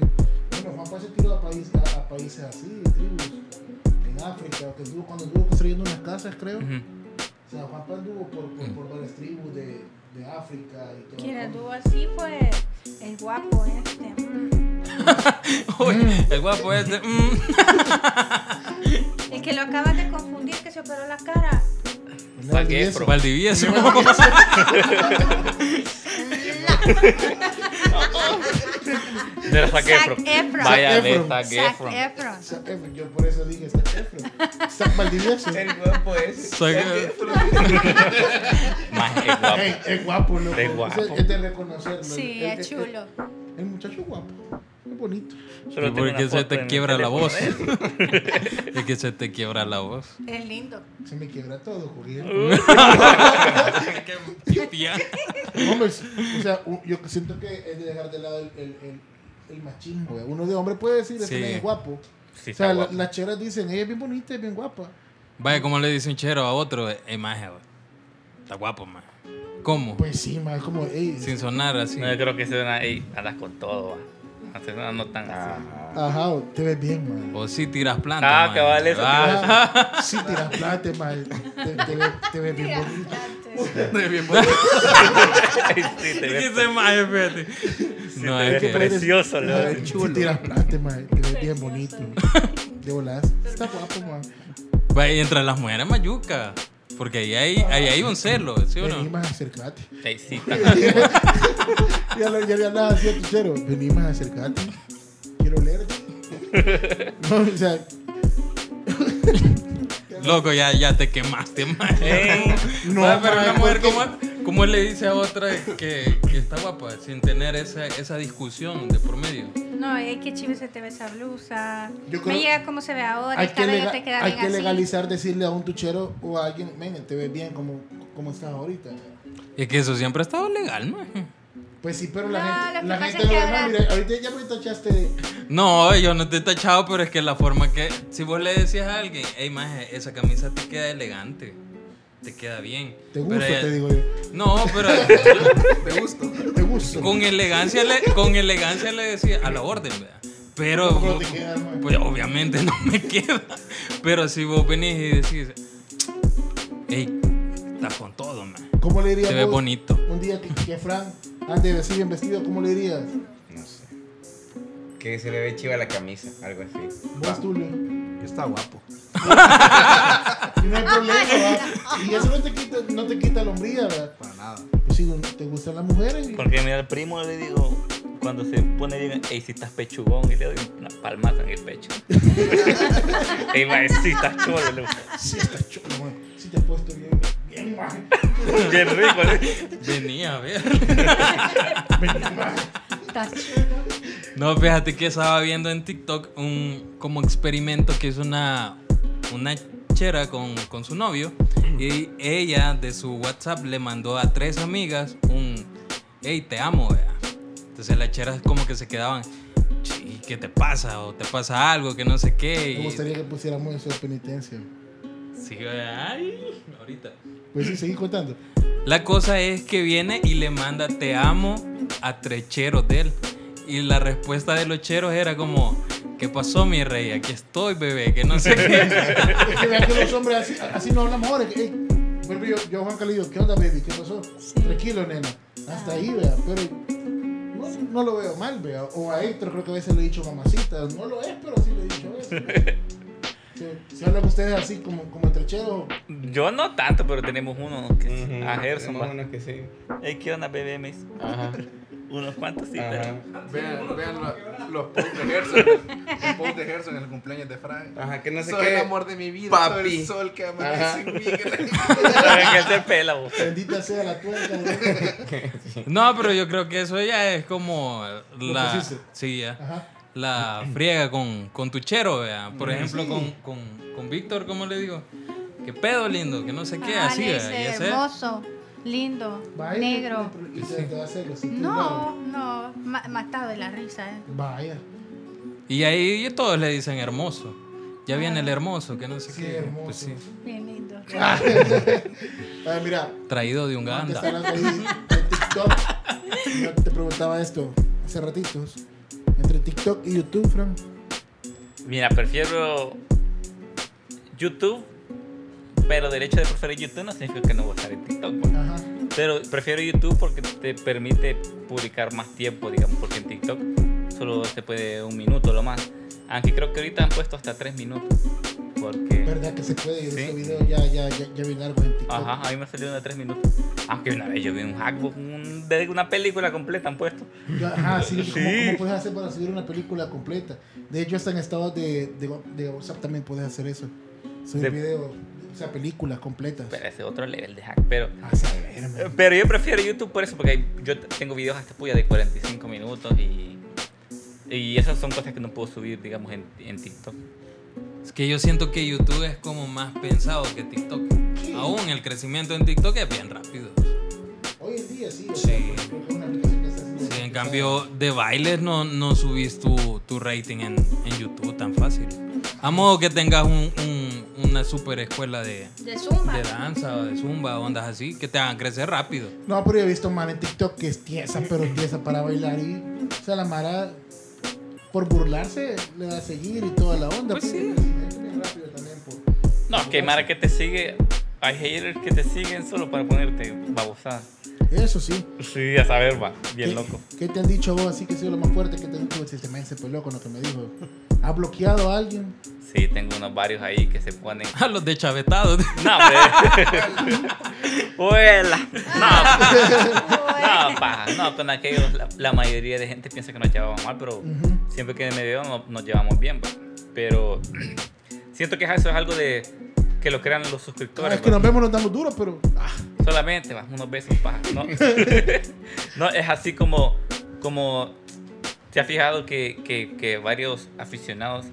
Speaker 2: Bueno, Juan se tiró a, país- a- a países así, tribus, en África, que estuvo, cuando estuvo construyendo unas casas, creo.
Speaker 5: Ujú.
Speaker 2: O sea, Juan Paz anduvo por, por, por varias tribus de, de África y todo.
Speaker 3: Quien anduvo así fue el guapo este. mm.
Speaker 1: Uy, el guapo este. mm.
Speaker 3: El que lo acabas de confundir, que se operó la cara.
Speaker 2: Leonel
Speaker 5: Saquefro.
Speaker 2: Valdivieso.
Speaker 1: Valdivieso.
Speaker 5: De la Zac
Speaker 3: Zac
Speaker 5: Efron.
Speaker 3: Efron.
Speaker 5: Vaya
Speaker 2: Zac
Speaker 5: de
Speaker 2: Efron.
Speaker 5: Zac
Speaker 3: Zac
Speaker 5: Efron.
Speaker 3: Efron.
Speaker 2: Zac Efron, Yo por eso dije este Zac Efron. Zac Valdivieso.
Speaker 6: El guapo es.
Speaker 1: Soy-
Speaker 5: Más que guapo.
Speaker 2: Ey, es guapo, loco.
Speaker 5: Es guapo.
Speaker 2: Es, es de reconocerlo.
Speaker 3: Sí,
Speaker 2: El-
Speaker 3: es chulo.
Speaker 2: El, el muchacho es guapo. Es bonito.
Speaker 5: Solo tengo una
Speaker 1: Porque se
Speaker 5: foto en
Speaker 1: te
Speaker 5: mi
Speaker 1: quiebra la
Speaker 5: teléfono ¿eh?
Speaker 1: voz.
Speaker 5: de él.
Speaker 1: Es que se te quiebra la voz.
Speaker 3: Es lindo.
Speaker 2: Se me quiebra todo, Julián. Hombre, o sea, u- yo siento que es de dejar de lado el, el, el, el machismo. güey. Uno de hombre puede decir, ese
Speaker 1: Sí.
Speaker 2: men es guapo.
Speaker 5: Sí,
Speaker 2: o sea,
Speaker 5: está
Speaker 2: la-
Speaker 5: guapo.
Speaker 2: las cheras dicen, ella es bien bonita, es bien guapa.
Speaker 1: Vaya, como le dice un chero a otro, eh, maje, güey. Está guapo, maje. ¿Cómo?
Speaker 2: Pues sí, más como, ey,
Speaker 1: Sin sonar así.
Speaker 5: No, yo creo que eso era, ey, andas con todo, va. No, eso no, no tan así.
Speaker 6: Ajá.
Speaker 2: ajá, te ves bien, man.
Speaker 1: O si tiras plantas.
Speaker 5: Ah,
Speaker 1: maje.
Speaker 5: cabal, eso te iba a
Speaker 1: Ah,
Speaker 5: decir.
Speaker 2: Ah, sí, tiras plata, man. Te, te ves, te ves bien bonito.
Speaker 5: Ey, sí, te
Speaker 1: ¿Qué
Speaker 5: ves-
Speaker 1: dice, maje, fíjate? No,
Speaker 5: te
Speaker 1: es
Speaker 5: ves
Speaker 1: que.
Speaker 5: pre- Precioso, le va a
Speaker 2: Ay,
Speaker 5: decir.
Speaker 2: Sí, tiras plata, man. Te ves bien bonito. De volar. Está guapo, man.
Speaker 1: Vaya, y entre las mujeres mayuca. Porque ahí hay, ahí hay un celo, ¿sí o
Speaker 2: Vení
Speaker 1: no?
Speaker 2: más, acercate.
Speaker 5: Ey, sí, está-
Speaker 2: Ya, lo- ya le andaba haciendo chero. Vení más, acercate. Quiero leerte. No, o sea,
Speaker 1: Loco, ya, ya te quemaste, maje.
Speaker 5: Ey,
Speaker 1: No,
Speaker 2: No,
Speaker 1: pero una
Speaker 2: maje,
Speaker 1: mujer,
Speaker 2: porque-
Speaker 1: ¿cómo, cómo le dice a otra que, que está guapa sin tener esa, esa discusión de por medio?
Speaker 3: No, es que chivo se te ve esa blusa.
Speaker 2: Yo creo-
Speaker 3: Me llega cómo se ve ahora.
Speaker 2: hay
Speaker 3: El
Speaker 2: que,
Speaker 3: cabello
Speaker 2: lega-
Speaker 3: te queda
Speaker 2: hay
Speaker 3: bien
Speaker 2: que
Speaker 3: así.
Speaker 2: legalizar decirle a un tuchero o a alguien, men, te ves bien como, como estás ahorita.
Speaker 1: Es que eso siempre ha estado legal, maje.
Speaker 2: Pues sí, pero la
Speaker 3: No, lo
Speaker 2: gente
Speaker 3: que
Speaker 2: la
Speaker 3: pasa
Speaker 2: gente
Speaker 3: es
Speaker 2: lo
Speaker 3: que
Speaker 2: demás,
Speaker 3: ahora-
Speaker 2: mira, ahorita ya me tachaste de...
Speaker 1: No, yo no te he tachado, pero es que la forma que. Si vos le decías a alguien, hey, maje, esa camisa te queda elegante, te queda bien.
Speaker 2: Te
Speaker 1: Pero
Speaker 2: gusto,
Speaker 1: ella-
Speaker 2: te digo yo.
Speaker 1: No, pero
Speaker 7: Te gusto.
Speaker 2: Te gusto.
Speaker 1: con elegancia le, con elegancia le decía, a la orden, ¿verdad? Pero.
Speaker 2: ¿Cómo te queda, maje?
Speaker 1: pues obviamente no me queda. Pero si vos venís y decís, Ey, estás con todo, man.
Speaker 2: ¿Cómo le dirías
Speaker 1: Te ves
Speaker 2: vos
Speaker 1: bonito.
Speaker 2: un día que, que Fran ande así bien vestido? ¿Cómo le dirías?
Speaker 6: No sé. Que se le ve chiva la camisa, algo así.
Speaker 2: Vos, Tulio.
Speaker 7: Está guapo.
Speaker 2: Y no hay problema, ¿va? Y eso no te quita, no te quita hombría, ¿verdad?
Speaker 7: Para nada.
Speaker 2: Pues si te gustan las mujeres, y-
Speaker 5: Porque mira, al primo le digo, cuando se pone bien, ey, si estás pechugón, y le doy una palmada en el pecho. ey, va, si estás chulo, le digo.
Speaker 2: sí, está chulo, man. Sí te has puesto bien, bien, man.
Speaker 5: Bien rico, ¿eh?
Speaker 1: Venía a ver.
Speaker 3: Está chulo.
Speaker 1: No, fíjate que estaba viendo en TikTok un como experimento que hizo una, una chera con, con su novio. Y ella de su WhatsApp le mandó a tres amigas un hey, te amo, vea. Entonces las cheras como que se quedaban. ¿Y qué te pasa? ¿O te pasa algo? Que no sé qué.
Speaker 2: Me
Speaker 1: Y-
Speaker 2: gustaría que pusiéramos eso de penitencia.
Speaker 1: Sí, vea, ay, ahorita.
Speaker 2: Pues sí, seguí contando.
Speaker 1: La cosa es que viene y le manda te amo a trecheros de él. Y la respuesta de los cheros era como, ¿qué pasó mi rey? Aquí estoy, bebé, que no sé qué.
Speaker 2: Es que vean que los hombres así, así no hablamos ahora. que, "Ey, vuelvo yo, yo a Juanca le digo, ¿qué onda, baby? ¿Qué pasó? Tranquilo, nena. Hasta ahí, vea. Pero no, no lo veo mal, vea. O a Héctor creo que a veces le he dicho mamacita. No lo es, pero sí le he dicho eso. Si, si hablan ustedes así como, como trecheros,
Speaker 5: Yo no tanto, pero tenemos uno que sí,
Speaker 6: Ujú,
Speaker 5: a Gerson.
Speaker 6: tenemos
Speaker 5: va.
Speaker 6: unos que sí.
Speaker 5: Ey, ¿qué onda, bebé? Me dice,
Speaker 6: Ajá.
Speaker 5: unos cuantos sí,
Speaker 6: Ajá.
Speaker 5: pero.
Speaker 7: Vean, vean lo- los posts de Gerson. El post de Gerson en el cumpleaños de Frank.
Speaker 6: Ajá, que no sé
Speaker 7: soy
Speaker 6: qué.
Speaker 7: el amor de mi vida, soy
Speaker 6: papi.
Speaker 7: el sol que
Speaker 6: Ajá.
Speaker 7: amanece en mí.
Speaker 5: Pero que él se pela, vos.
Speaker 2: bendita sea la tuerca. vea.
Speaker 1: No, pero yo creo que eso ya es como la,
Speaker 2: pusiste.
Speaker 1: sí, ya,
Speaker 2: Ajá.
Speaker 1: la friega con, con tu chero, vea. Por ejemplo, con, con, con Víctor, ¿cómo le digo? ¿Qué pedo, lindo? Que no sé qué,
Speaker 3: Ah,
Speaker 1: así,
Speaker 3: le
Speaker 1: vea.
Speaker 3: dice,
Speaker 1: ya sé.
Speaker 3: hermoso, lindo,
Speaker 2: Vaya.
Speaker 3: negro.
Speaker 2: Y te, te va a hacer los
Speaker 3: No, no, ma- matado de la risa. eh.
Speaker 2: Vaya.
Speaker 1: Y ahí todos le dicen hermoso. Ya viene el hermoso, que no sé
Speaker 2: Sí,
Speaker 1: qué.
Speaker 2: hermoso.
Speaker 1: Pues sí,
Speaker 3: Bien lindo.
Speaker 2: Ah, mira,
Speaker 1: traído de un
Speaker 2: Antes
Speaker 1: ganda.
Speaker 2: hablando ahí de TikTok, yo te preguntaba esto hace ratitos. Entre TikTok y YouTube, Fran.
Speaker 5: Mira, prefiero YouTube, pero derecho de preferir YouTube no significa que no voy a estar en TikTok. pues.
Speaker 2: Ajá.
Speaker 5: Pero prefiero YouTube porque te permite publicar más tiempo, digamos, porque en TikTok solo se puede un minuto lo más. Aunque creo que ahorita han puesto hasta tres minutos. Porque...
Speaker 2: ¿Verdad que se puede? Yo
Speaker 5: Sí.
Speaker 2: ese video ya, ya, ya, ya vi largo en TikTok.
Speaker 5: Ajá, a mí me ha salido una de tres minutos. Aunque una vez yo vi un hackbook un- de una película completa han puesto.
Speaker 2: Yo- ajá, sí. ¿Cómo,
Speaker 5: Sí.
Speaker 2: cómo puedes hacer para subir una película completa? De hecho, hasta en estados de, de, de WhatsApp también puedes hacer eso. Subir
Speaker 5: De-
Speaker 2: videos, o sea, películas completas. Ah,
Speaker 5: Pero ese es otro level de hack. Pero
Speaker 2: A saber, man.
Speaker 1: Eh.
Speaker 5: Pero yo prefiero YouTube por eso, porque hay- yo t- tengo videos hasta puya de 45 minutos y, y esas son cosas que no puedo subir, digamos, en, en TikTok.
Speaker 1: Es que yo siento que YouTube es como más pensado que TikTok. Aún el crecimiento en TikTok es bien rápido.
Speaker 2: Hoy en día sí. o
Speaker 1: Sí.
Speaker 2: sea, creo que es una aplicación que está haciendo
Speaker 1: Sí, en
Speaker 2: bastante-
Speaker 1: cambio, de bailes no, no subís tu, tu rating en, en YouTube tan fácil. A modo que tengas un- un- una super escuela de,
Speaker 3: De Zumba.
Speaker 1: de danza o de zumba, ondas así, que te hagan crecer rápido.
Speaker 2: No, pero yo he visto man en TikTok que es tiesa, pero tiesa para bailar y. O sea, la Mara, por burlarse, le da a seguir y toda la onda.
Speaker 1: Pues sí.
Speaker 2: Es bien rápido también por.
Speaker 5: No, que Mara que te sigue, hay haters que te siguen solo para ponerte babosada.
Speaker 2: Eso sí.
Speaker 5: Sí, a saber, va, bien
Speaker 2: ¿Qué-
Speaker 5: loco.
Speaker 2: ¿Qué te han dicho vos así que soy lo más fuerte que te han dicho? Si este man se peló con lo que me dijo. ¿Ha bloqueado a alguien?
Speaker 5: Sí, tengo unos varios ahí que se ponen.
Speaker 1: A los deschavetados.
Speaker 5: No, hombre. Huela. No,
Speaker 3: Bueno,
Speaker 5: no, paja. No, con aquellos, la, la mayoría de gente piensa que nos llevamos mal, pero.
Speaker 2: Ujú.
Speaker 5: siempre que me veo no- nos llevamos bien, pues. pero siento que eso es algo de que lo crean los
Speaker 2: Ah,
Speaker 5: suscriptores.
Speaker 2: es que
Speaker 5: pues.
Speaker 2: nos vemos, nos damos duro, pero. ah,
Speaker 5: Solamente más unos besos, paja. No, No, es así como, como te has fijado que, que- que varios aficionados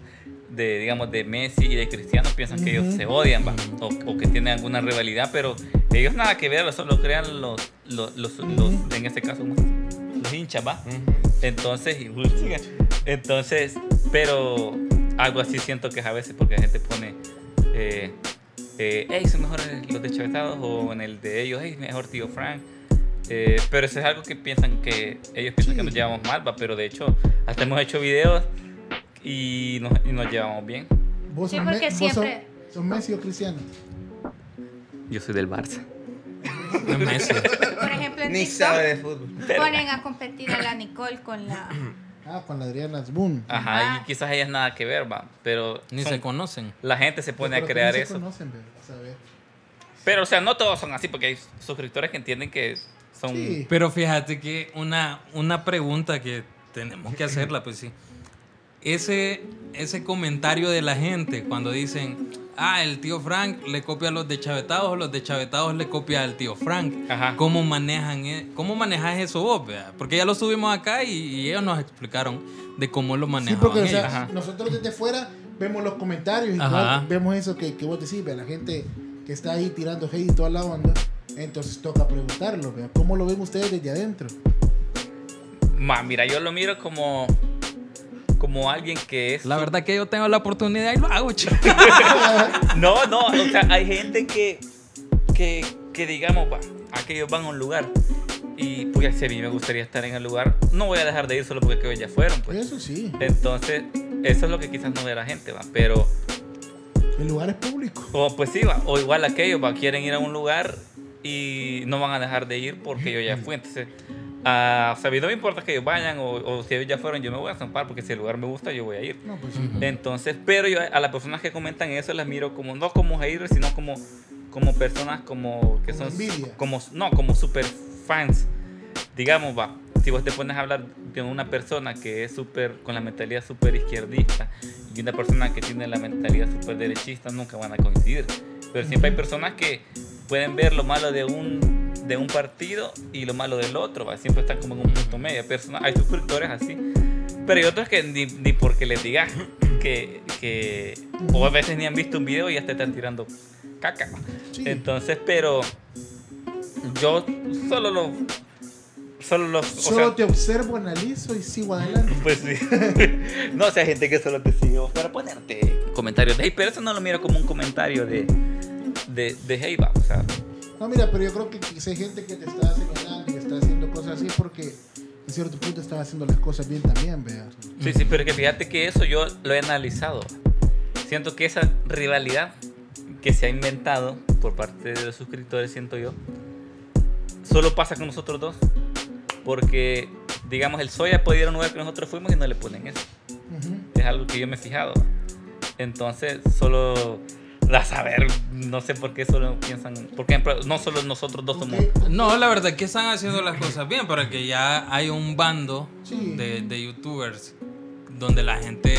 Speaker 5: de, digamos, de Messi y de Cristiano piensan que ellos se odian va, o, o que tienen alguna rivalidad, pero ellos nada que ver, solo crean los, los, los, los- en este caso, ¿cómo se dice? los hinchas, va. Entonces, y- uy, sigue. entonces, pero algo así siento que es a veces porque la gente pone, eh, eh, hey, son mejores los deschavetados o en el de ellos, hey, mejor tío Frank. Eh, pero eso es algo que piensan que ellos piensan que nos llevamos mal, va, pero de hecho, hasta hemos hecho videos y nos, y nos llevamos bien.
Speaker 2: ¿Vos
Speaker 3: Sí,
Speaker 2: sos Me-
Speaker 3: porque
Speaker 2: vos
Speaker 3: siempre-
Speaker 2: sos- sos Messi o Cristiano?
Speaker 5: Yo soy del Barça.
Speaker 1: De Messi.
Speaker 3: Por ejemplo, en
Speaker 6: Ni
Speaker 3: TikTok
Speaker 6: sabe de fútbol.
Speaker 3: ponen a competir a la Nicole con la...
Speaker 2: Ah, con la Adriana Zboon.
Speaker 5: Ajá,
Speaker 3: Ah.
Speaker 5: y quizás ellas nada que ver, va. Pero
Speaker 1: Ni
Speaker 5: son-
Speaker 1: se conocen.
Speaker 5: la gente se pone a
Speaker 2: Pero que
Speaker 5: crear
Speaker 2: no se
Speaker 5: eso.
Speaker 2: conocen, ve, o sea, ve.
Speaker 5: Pero, o sea, no todos son así, porque hay suscriptores que entienden que son.
Speaker 2: Sí.
Speaker 1: Pero fíjate que una, una pregunta que tenemos que hacerla, pues sí. Ese, ese comentario de la gente cuando dicen, ah, el tío Frank le copia a los de Chavetados o los de Chavetados le copia al tío Frank.
Speaker 5: Ajá.
Speaker 1: ¿Cómo, manejan, e- ¿Cómo manejas eso vos? vea? Porque ya lo subimos acá y, y ellos nos explicaron de cómo lo
Speaker 2: Sí,
Speaker 1: manejan.
Speaker 2: porque o sea,
Speaker 1: ellos.
Speaker 5: Ajá.
Speaker 2: nosotros desde fuera vemos los comentarios y
Speaker 1: Ajá.
Speaker 2: todo, vemos eso que, que vos decís, ve, la gente que está ahí tirando hate y toda la onda. Entonces toca preguntarlo, vea, ¿cómo lo ven ustedes desde adentro?
Speaker 5: Ma, mira, yo lo miro como. Como alguien que es.
Speaker 1: La verdad que yo tengo la oportunidad y lo hago, chico.
Speaker 5: No, no, o sea, hay gente que, que, que digamos, va, aquellos van a un lugar y pues si a mí me gustaría estar en el lugar, no voy a dejar de ir solo porque aquellos ya fueron, pues.
Speaker 2: Eso sí,
Speaker 5: Entonces, eso es lo que quizás no ve la gente, va, pero,
Speaker 2: el lugar es público.
Speaker 5: o pues sí, va, o igual aquellos, va, quieren ir a un lugar y no van a dejar de ir porque yo ya fui, entonces... ah, o sea, a mí no me importa que ellos vayan o, o si ellos ya fueron, yo me voy a zampar porque si el lugar me gusta, yo voy a ir.
Speaker 2: No, pues sí.
Speaker 5: Entonces, pero yo a las personas que comentan eso las miro como, no como haters, sino como, como personas como que
Speaker 2: Como
Speaker 5: son,
Speaker 2: envidia.
Speaker 5: como, no, como super fans. Digamos, va, si vos te pones a hablar de una persona que es súper, con la mentalidad súper izquierdista y una persona que tiene la mentalidad súper derechista, nunca van a coincidir. Pero siempre hay personas que pueden ver lo malo de un de un partido y lo malo del otro, va, siempre están como en un punto medio. Hay persona- hay suscriptores así, pero hay otros que ni, ni porque les digas que, que- O a veces ni han visto un video y ya te están tirando caca.
Speaker 2: Sí.
Speaker 5: Entonces, pero. Yo solo lo. Solo lo. o
Speaker 2: Solo
Speaker 5: sea,
Speaker 2: te observo, analizo y sigo adelante.
Speaker 5: Pues sí. no, o sea, gente que solo te sigue para ponerte comentarios de hate, pero eso no lo miro como un comentario de. De, de hate, va, o sea.
Speaker 2: No, mira, pero yo creo que quizá hay gente que te está señalando y está haciendo cosas así porque en cierto punto están haciendo las cosas bien también, vea.
Speaker 5: Sí, sí, pero que fíjate que eso yo lo he analizado. Siento que esa rivalidad que se ha inventado por parte de los suscriptores, siento yo, solo pasa con nosotros dos. Porque, digamos, el Soya puede ir a un lugar que nosotros fuimos y no le ponen eso.
Speaker 2: Ujú.
Speaker 5: Es algo que yo me he fijado. Entonces, solo la saber, no sé por qué solo piensan. Porque no solo nosotros dos somos.
Speaker 2: Ok.
Speaker 1: No, la verdad que están haciendo las cosas bien, pero que ya hay un bando
Speaker 2: Sí.
Speaker 1: de, de youtubers donde la gente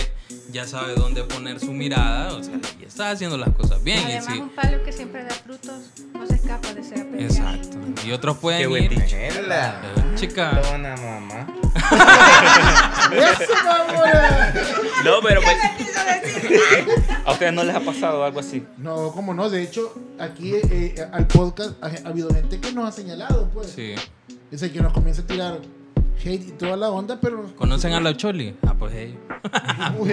Speaker 1: ya sabe dónde poner su mirada, o sea, y está haciendo las cosas bien. y
Speaker 3: Además,
Speaker 1: sí,
Speaker 3: un palo que siempre da frutos no se escapa de ser apedreado.
Speaker 1: exacto. Y otros pueden
Speaker 5: Qué buen
Speaker 1: ir.
Speaker 5: dicho.
Speaker 6: Chela.
Speaker 1: Eh, Chica,
Speaker 6: Dona mamá.
Speaker 2: ¡Eso, mamona!
Speaker 5: No, pero pues,
Speaker 3: ¿Qué quiso decir?
Speaker 5: a ustedes no les ha pasado algo así.
Speaker 2: No, como no, de hecho, aquí eh, eh, al podcast ha, ha habido gente que nos ha señalado, pues.
Speaker 1: sí.
Speaker 2: Dice que nos comienza a tirar hate y toda la onda, pero.
Speaker 1: ¿Conocen a la Choli? Ah, pues ellos.
Speaker 2: Uy,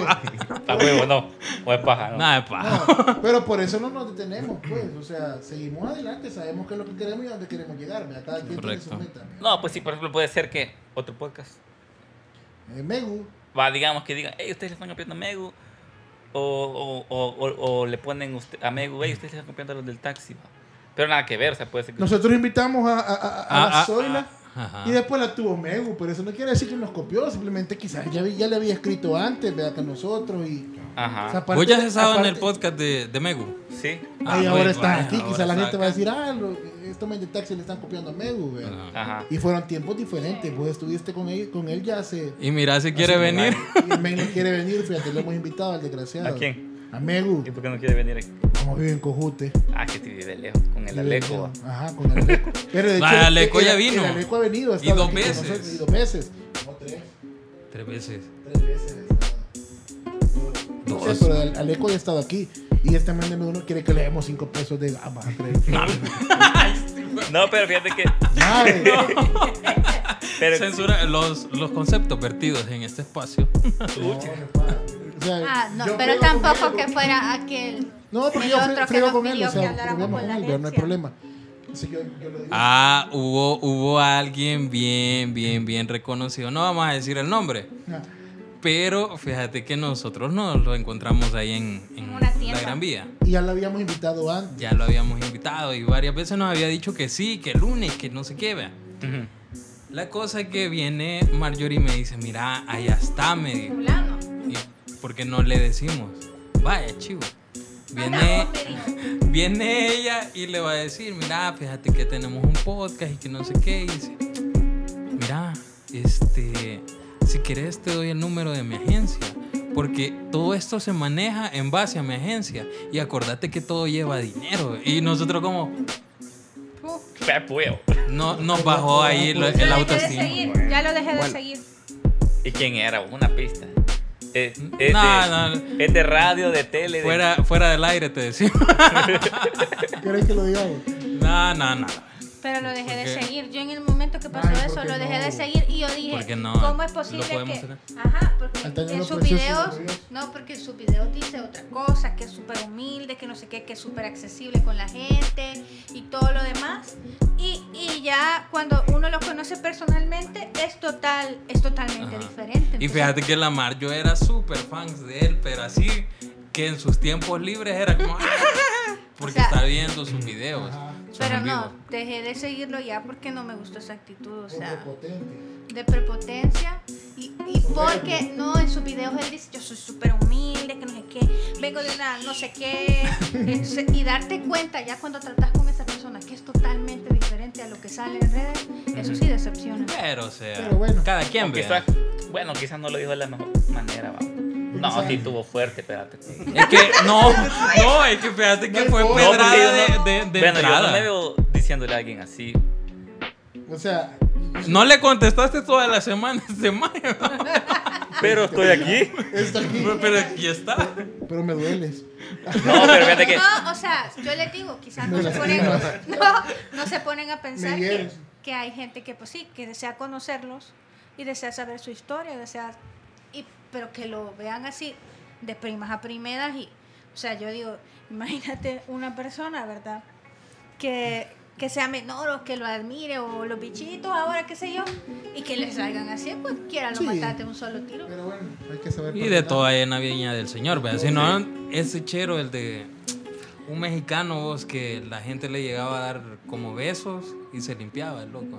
Speaker 5: A huevo, no. O es paja, no.
Speaker 1: Nada de paja.
Speaker 2: no, pero por eso no nos detenemos, pues. O sea, seguimos adelante, sabemos qué es lo que queremos y a dónde queremos llegar. ¿verdad? Cada quien
Speaker 1: Correcto.
Speaker 2: tiene su meta.
Speaker 5: No, pues sí, por ejemplo, puede ser que otro podcast.
Speaker 2: Eh, Megu,
Speaker 5: Va, digamos que digan, hey, ustedes le están copiando a Megu. O, o, o, o- o le ponen usted- a Megu, hey, ustedes le están copiando a los del taxi. va". Pero nada que ver, o sea, puede ser que.
Speaker 2: nosotros invitamos a, a, a- a la
Speaker 1: Ah, ah,
Speaker 2: Zoila
Speaker 1: ah, ajá.
Speaker 2: y después la tuvo Megu, pero eso no quiere decir que nos copió, simplemente quizás ya, vi- ya le había escrito antes, ¿verdad? Que a nosotros y. o sea,
Speaker 5: Ajá.
Speaker 2: aparte-
Speaker 1: Vos ya has estado en el
Speaker 2: aparte-
Speaker 1: podcast de, de Megu.
Speaker 5: Sí.
Speaker 1: Ah,
Speaker 2: Ahí
Speaker 1: pues,
Speaker 2: ahora están
Speaker 1: bueno,
Speaker 2: aquí,
Speaker 1: ahora
Speaker 2: quizá la gente
Speaker 1: está
Speaker 2: va a
Speaker 1: acá.
Speaker 2: decir, ah, lo- estos men de taxi le están copiando a Megu, güey.
Speaker 5: Ajá.
Speaker 2: Y fueron tiempos diferentes, vos estuviste con él, con él ya hace...
Speaker 1: Y mira si quiere
Speaker 2: hace-
Speaker 1: venir.
Speaker 2: Y el men no quiere venir, fíjate, lo hemos invitado al desgraciado.
Speaker 5: ¿A quién?
Speaker 2: A Megu,
Speaker 5: ¿Y por qué no quiere venir aquí?
Speaker 2: como vive en Cojute.
Speaker 5: Ah, que estoy de lejos, con el Aleco. va.
Speaker 2: Ajá, con el Aleco. Pero de hecho,
Speaker 1: Ah, Aleco
Speaker 2: el-
Speaker 1: ya
Speaker 2: el-
Speaker 1: vino.
Speaker 2: El Aleco ha venido. ha
Speaker 1: Y
Speaker 2: estado
Speaker 1: dos
Speaker 2: aquí con
Speaker 1: veces.
Speaker 2: nosotros, Y dos veces. No, tres.
Speaker 1: Tres veces.
Speaker 2: Tres veces. No sé,
Speaker 1: Dos.
Speaker 2: pero el Aleco ya ha estado aquí. Y este men de Megu no quiere que le demos cinco pesos de gama.
Speaker 5: No, pero fíjate que.
Speaker 2: Madre.
Speaker 5: Pero,
Speaker 1: Censura los, los conceptos vertidos en este espacio.
Speaker 2: No, o sea,
Speaker 3: Ah, no,
Speaker 2: yo
Speaker 3: pero
Speaker 2: frego con
Speaker 3: tampoco
Speaker 2: él,
Speaker 3: que fuera aquel.
Speaker 2: No, porque
Speaker 3: el
Speaker 2: yo fre-
Speaker 3: otro que
Speaker 2: frego
Speaker 3: nos
Speaker 2: con él,
Speaker 3: pidió
Speaker 2: o
Speaker 3: que
Speaker 2: sea,
Speaker 3: habláramos
Speaker 2: problema
Speaker 3: con
Speaker 2: con
Speaker 3: la
Speaker 2: él, pero no hay
Speaker 3: agencia.
Speaker 2: problema. Así que yo, yo le digo.
Speaker 1: Ah, hubo, hubo alguien bien, bien, bien reconocido. No vamos a decir el nombre.
Speaker 2: "Ah,
Speaker 1: Pero fíjate que nosotros nos lo encontramos ahí en, en
Speaker 3: En una tienda.
Speaker 1: la Gran Vía.
Speaker 2: Y ya la habíamos invitado antes.
Speaker 1: Ya lo habíamos invitado y varias veces nos había dicho que sí, que el lunes, que no se qué, vea.
Speaker 5: Ujú.
Speaker 1: La cosa es que viene Marjorie y me dice, mira, allá está, me dijo.
Speaker 3: Fulano.
Speaker 1: ¿Y por qué no le decimos? Vaya, chivo. Viene,
Speaker 3: Anda, vos, me dijo.
Speaker 1: viene ella y le va a decir, mira, fíjate que tenemos un podcast y que no sé qué. Y dice, mira, este, si quieres te doy el número de mi agencia. Porque todo esto se maneja en base a mi agencia. Y acordate que todo lleva dinero. Y nosotros como,
Speaker 5: Papueo.
Speaker 1: no, nos bajó ahí lo- el
Speaker 3: Ya lo dejé de
Speaker 1: autoestima.
Speaker 3: seguir. Ya lo dejé de
Speaker 6: Bueno.
Speaker 3: seguir.
Speaker 5: ¿Y quién era? Una pista. Es, es
Speaker 1: No,
Speaker 5: de,
Speaker 1: no.
Speaker 5: es de radio, de tele. de-
Speaker 1: Fuera, fuera del aire te decimos.
Speaker 2: ¿Quieres que lo digamos?
Speaker 1: No, no, no.
Speaker 3: Pero lo dejé de
Speaker 1: ¿Por qué?
Speaker 3: seguir. Yo en el momento que pasó
Speaker 2: Ay, ¿por
Speaker 3: eso,
Speaker 2: qué
Speaker 3: lo dejé
Speaker 2: no?
Speaker 3: de seguir y yo dije,
Speaker 1: ¿Por qué no?
Speaker 3: ¿cómo es
Speaker 1: Lo
Speaker 3: posible
Speaker 1: podemos
Speaker 3: que...?
Speaker 1: hacer.
Speaker 3: Ajá,
Speaker 2: Hasta
Speaker 3: porque
Speaker 2: ya
Speaker 3: en
Speaker 2: no
Speaker 3: sus
Speaker 2: pareció
Speaker 3: videos...
Speaker 2: súper bien.
Speaker 3: No, porque en sus videos dice otra cosa, que es súper humilde, que no sé qué, que es súper accesible con la gente y todo lo demás. Y, y ya cuando uno lo conoce personalmente, es total, es totalmente
Speaker 1: Ajá.
Speaker 3: diferente.
Speaker 1: Y
Speaker 3: Entonces,
Speaker 1: fíjate que la Mar, yo era súper fan de él, pero así que en sus tiempos libres era como. "Ah", Porque
Speaker 3: O sea,
Speaker 1: está viendo sus videos. sus
Speaker 3: Pero
Speaker 1: en
Speaker 3: no,
Speaker 1: vivo.
Speaker 3: dejé de seguirlo ya porque no me gustó esa actitud, o sea...
Speaker 2: Poco potente.
Speaker 3: de prepotencia y, y porque no en sus videos él dice yo soy súper humilde que no sé qué vengo de una no sé qué Entonces, y darte cuenta ya cuando tratas con esa persona que es totalmente diferente a lo que sale en redes eso sí decepciona
Speaker 1: Pero, o sea,
Speaker 2: Pero bueno.
Speaker 1: cada
Speaker 5: O
Speaker 1: quien ve.
Speaker 5: quizás- bueno, quizás no lo dijo de la mejor manera. va. No, sí tuvo fuerte, espérate.
Speaker 1: Es que, no, no, es que fíjate que
Speaker 2: No,
Speaker 1: fue
Speaker 2: no,
Speaker 1: pedrada
Speaker 5: yo
Speaker 1: de,
Speaker 5: no-
Speaker 1: de- de
Speaker 5: bueno, yo no
Speaker 1: entrada.
Speaker 5: me veo diciéndole a alguien así.
Speaker 2: O sea,
Speaker 1: No le contestaste toda la semana este mayo.
Speaker 5: Pero estoy aquí.
Speaker 2: esto aquí.
Speaker 1: Pero aquí está.
Speaker 2: Pero me dueles.
Speaker 5: No, pero fíjate que.
Speaker 3: no o sea yo les digo quizás no
Speaker 2: Me
Speaker 3: se ponen
Speaker 2: lastimas.
Speaker 3: no, no se ponen a pensar
Speaker 2: Me
Speaker 3: que,
Speaker 2: hieres.
Speaker 3: que hay gente que pues sí que desea conocerlos y desea saber su historia desea y pero que lo vean así de primas a primeras y o sea yo digo imagínate una persona verdad que, que sea menor o que lo admire o los bichitos ahora qué sé yo y que les salgan así pues quiera lo
Speaker 2: Sí.
Speaker 3: matate un solo tiro
Speaker 2: Pero bueno, hay que saber.
Speaker 1: Y de
Speaker 2: perdonar.
Speaker 1: toda en la viña del Señor, ¿verdad? Si no, ese chero, el de un mexicano, vos, que la gente le llegaba a dar como besos y se limpiaba, el loco.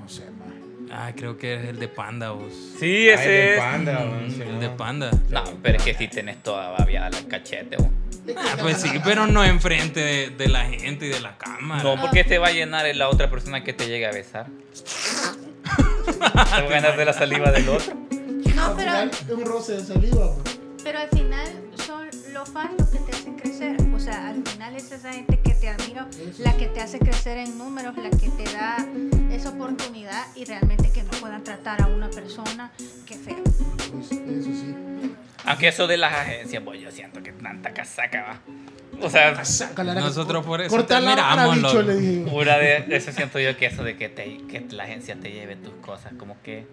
Speaker 2: No sé, ma.
Speaker 1: Ah, creo que es el de Panda, vos.
Speaker 5: Sí,
Speaker 6: Ay, de
Speaker 5: ese es.
Speaker 6: panda, man,
Speaker 1: Mm, el
Speaker 6: Simón.
Speaker 1: de Panda.
Speaker 5: No, pero es que sí tenés toda babiada la cachete. vos.
Speaker 1: Ah, pues sí, pero no enfrente de, de la gente y de la cámara.
Speaker 5: No, porque te va a llenar la otra persona que te llegue a besar. Te voy a ganar de la saliva del otro.
Speaker 3: no
Speaker 2: Al
Speaker 3: pero
Speaker 2: final, Es un roce de saliva, pues. ma.
Speaker 3: Pero al final son los fans los que te hacen crecer. O sea, al final es esa gente que te admira, la que te hace crecer en números, la que te da esa oportunidad y realmente que no puedan tratar a una persona que feo.
Speaker 2: Pues, eso sí.
Speaker 5: Aunque eso de las agencias, pues yo siento que tanta casaca va. O sea,
Speaker 2: Sácala, la-
Speaker 1: Nosotros por eso
Speaker 2: Corta
Speaker 1: te
Speaker 2: la cara,
Speaker 1: miramos,
Speaker 2: bicho,
Speaker 1: loco.
Speaker 2: le dije. yo.
Speaker 5: pura de eso siento yo que eso de que, te, que la agencia te lleve tus cosas, como que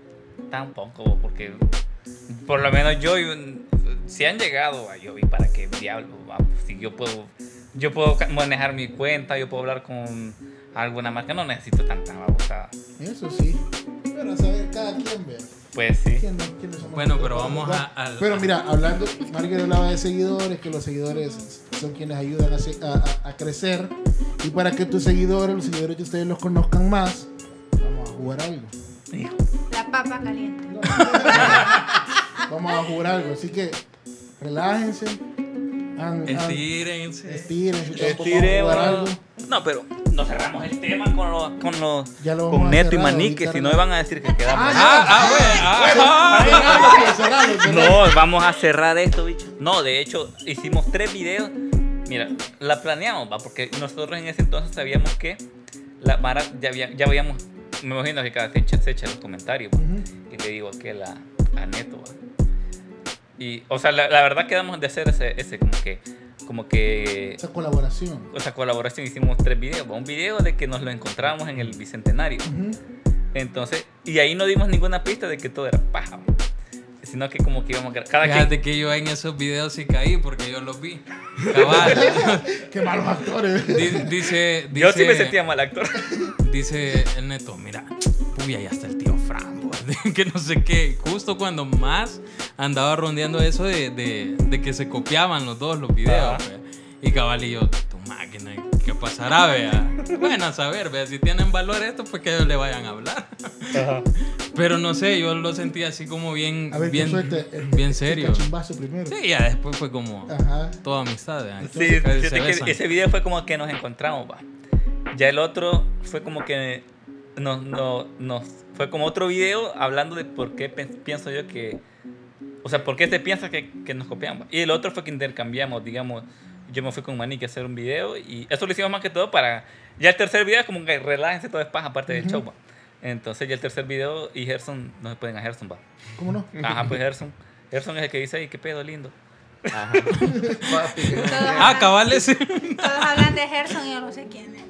Speaker 5: tampoco, vos, porque por lo menos yo, y un- si han llegado, va, yo vi para qué diablo, va, si yo puedo, yo puedo ca- manejar mi cuenta, yo puedo hablar con alguna marca, no necesito tanta babosada.
Speaker 2: Eso sí. Pero a saber, cada quien ve.
Speaker 5: Pues sí.
Speaker 2: ¿Quién no- quiénes somos
Speaker 1: Bueno, pero
Speaker 2: nosotros,
Speaker 1: vamos
Speaker 2: verdad?
Speaker 1: a- al-
Speaker 2: Pero mira, hablando, Margaret hablaba de seguidores, que los seguidores son quienes ayudan a, se- a- a- a crecer. Y para que tus seguidores, los seguidores de ustedes los conozcan más, vamos a jugar algo.
Speaker 3: La papa caliente.
Speaker 2: Vamos a jugar algo. Así que relájense. han- han-
Speaker 1: Estírense.
Speaker 2: Estiren,
Speaker 5: Estiré,
Speaker 2: vamos a jugar
Speaker 5: bueno.
Speaker 2: algo.
Speaker 5: No, pero no cerramos el tema con los con los
Speaker 2: Ya lo vamos
Speaker 5: con
Speaker 2: a
Speaker 5: Neto y
Speaker 2: cerrar,
Speaker 5: Manique,
Speaker 2: ahorita
Speaker 5: si
Speaker 2: no.
Speaker 5: no me van a decir que quedamos.
Speaker 2: Ah,
Speaker 1: Ah, ah, bueno, ah, ah.
Speaker 2: Cerralo, cerralo, cerralo.
Speaker 5: No, vamos a cerrar esto, bicho. No, de hecho, hicimos tres videos. Mira, la planeamos, va, porque nosotros en ese entonces sabíamos que la Mara ya, había- ya habíamos. Me imagino que cada quien se echa los comentarios. va. Y le digo que la a Neto, va. Y, o sea, la, la verdad quedamos de hacer ese, ese como que. Como que.
Speaker 2: Esa colaboración.
Speaker 5: O sea, colaboración hicimos tres videos. va. Un video de que nos lo encontramos en el bicentenario.
Speaker 2: Ujú.
Speaker 5: Entonces, y ahí no dimos ninguna pista de que todo era paja. va. Sino que como que íbamos a gra- cada quien-
Speaker 1: Fíjate que yo en esos videos sí caí porque yo los vi. Cabal.
Speaker 2: Qué malos actores.
Speaker 1: Di- dice, dice.
Speaker 5: Yo sí me sentía mal actor.
Speaker 1: Dice el neto, mira, puya, ya está el tío Fran, bo, que no sé qué. Justo cuando más andaba rondeando eso de, de- de que se copiaban los dos los videos.
Speaker 5: Ajá.
Speaker 1: vea. Y cabal y yo, tu máquina, ¿qué pasará, vea? Bueno, a saber, vea, si tienen valor esto, pues que ellos le vayan a hablar. Pero no sé, yo lo sentí así como bien,
Speaker 2: A ver,
Speaker 1: bien,
Speaker 2: qué suerte. el-
Speaker 1: bien
Speaker 2: el
Speaker 1: serio.
Speaker 2: Cachimbazo primero.
Speaker 1: Sí, ya después fue como
Speaker 2: Ajá.
Speaker 1: toda amistad, vea.
Speaker 5: Sí,
Speaker 1: Casi
Speaker 5: fíjate
Speaker 1: pues, se
Speaker 5: que
Speaker 1: besan.
Speaker 5: ese video fue como que nos encontramos, va. Ya el otro fue como que nos, no- nos- fue como otro video hablando de por qué pe- pienso yo que, o sea, por qué se piensa que, que nos copiamos. Y el otro fue que intercambiamos, digamos, yo me fui con Manique a hacer un video y eso lo hicimos más que todo para, ya el tercer video es como que relájense todo es paz aparte del show, va. Entonces ya el tercer video y Gerson, no se pueden a Gerson, va.
Speaker 2: ¿Cómo no?
Speaker 5: Ajá, pues Gerson. Gerson es el que dice, ay, qué pedo lindo.
Speaker 6: Ajá.
Speaker 7: Papi, que no
Speaker 3: Todos
Speaker 7: me-
Speaker 1: Ah, cabal ese.
Speaker 3: Todos hablan de Gerson y yo no sé quién es.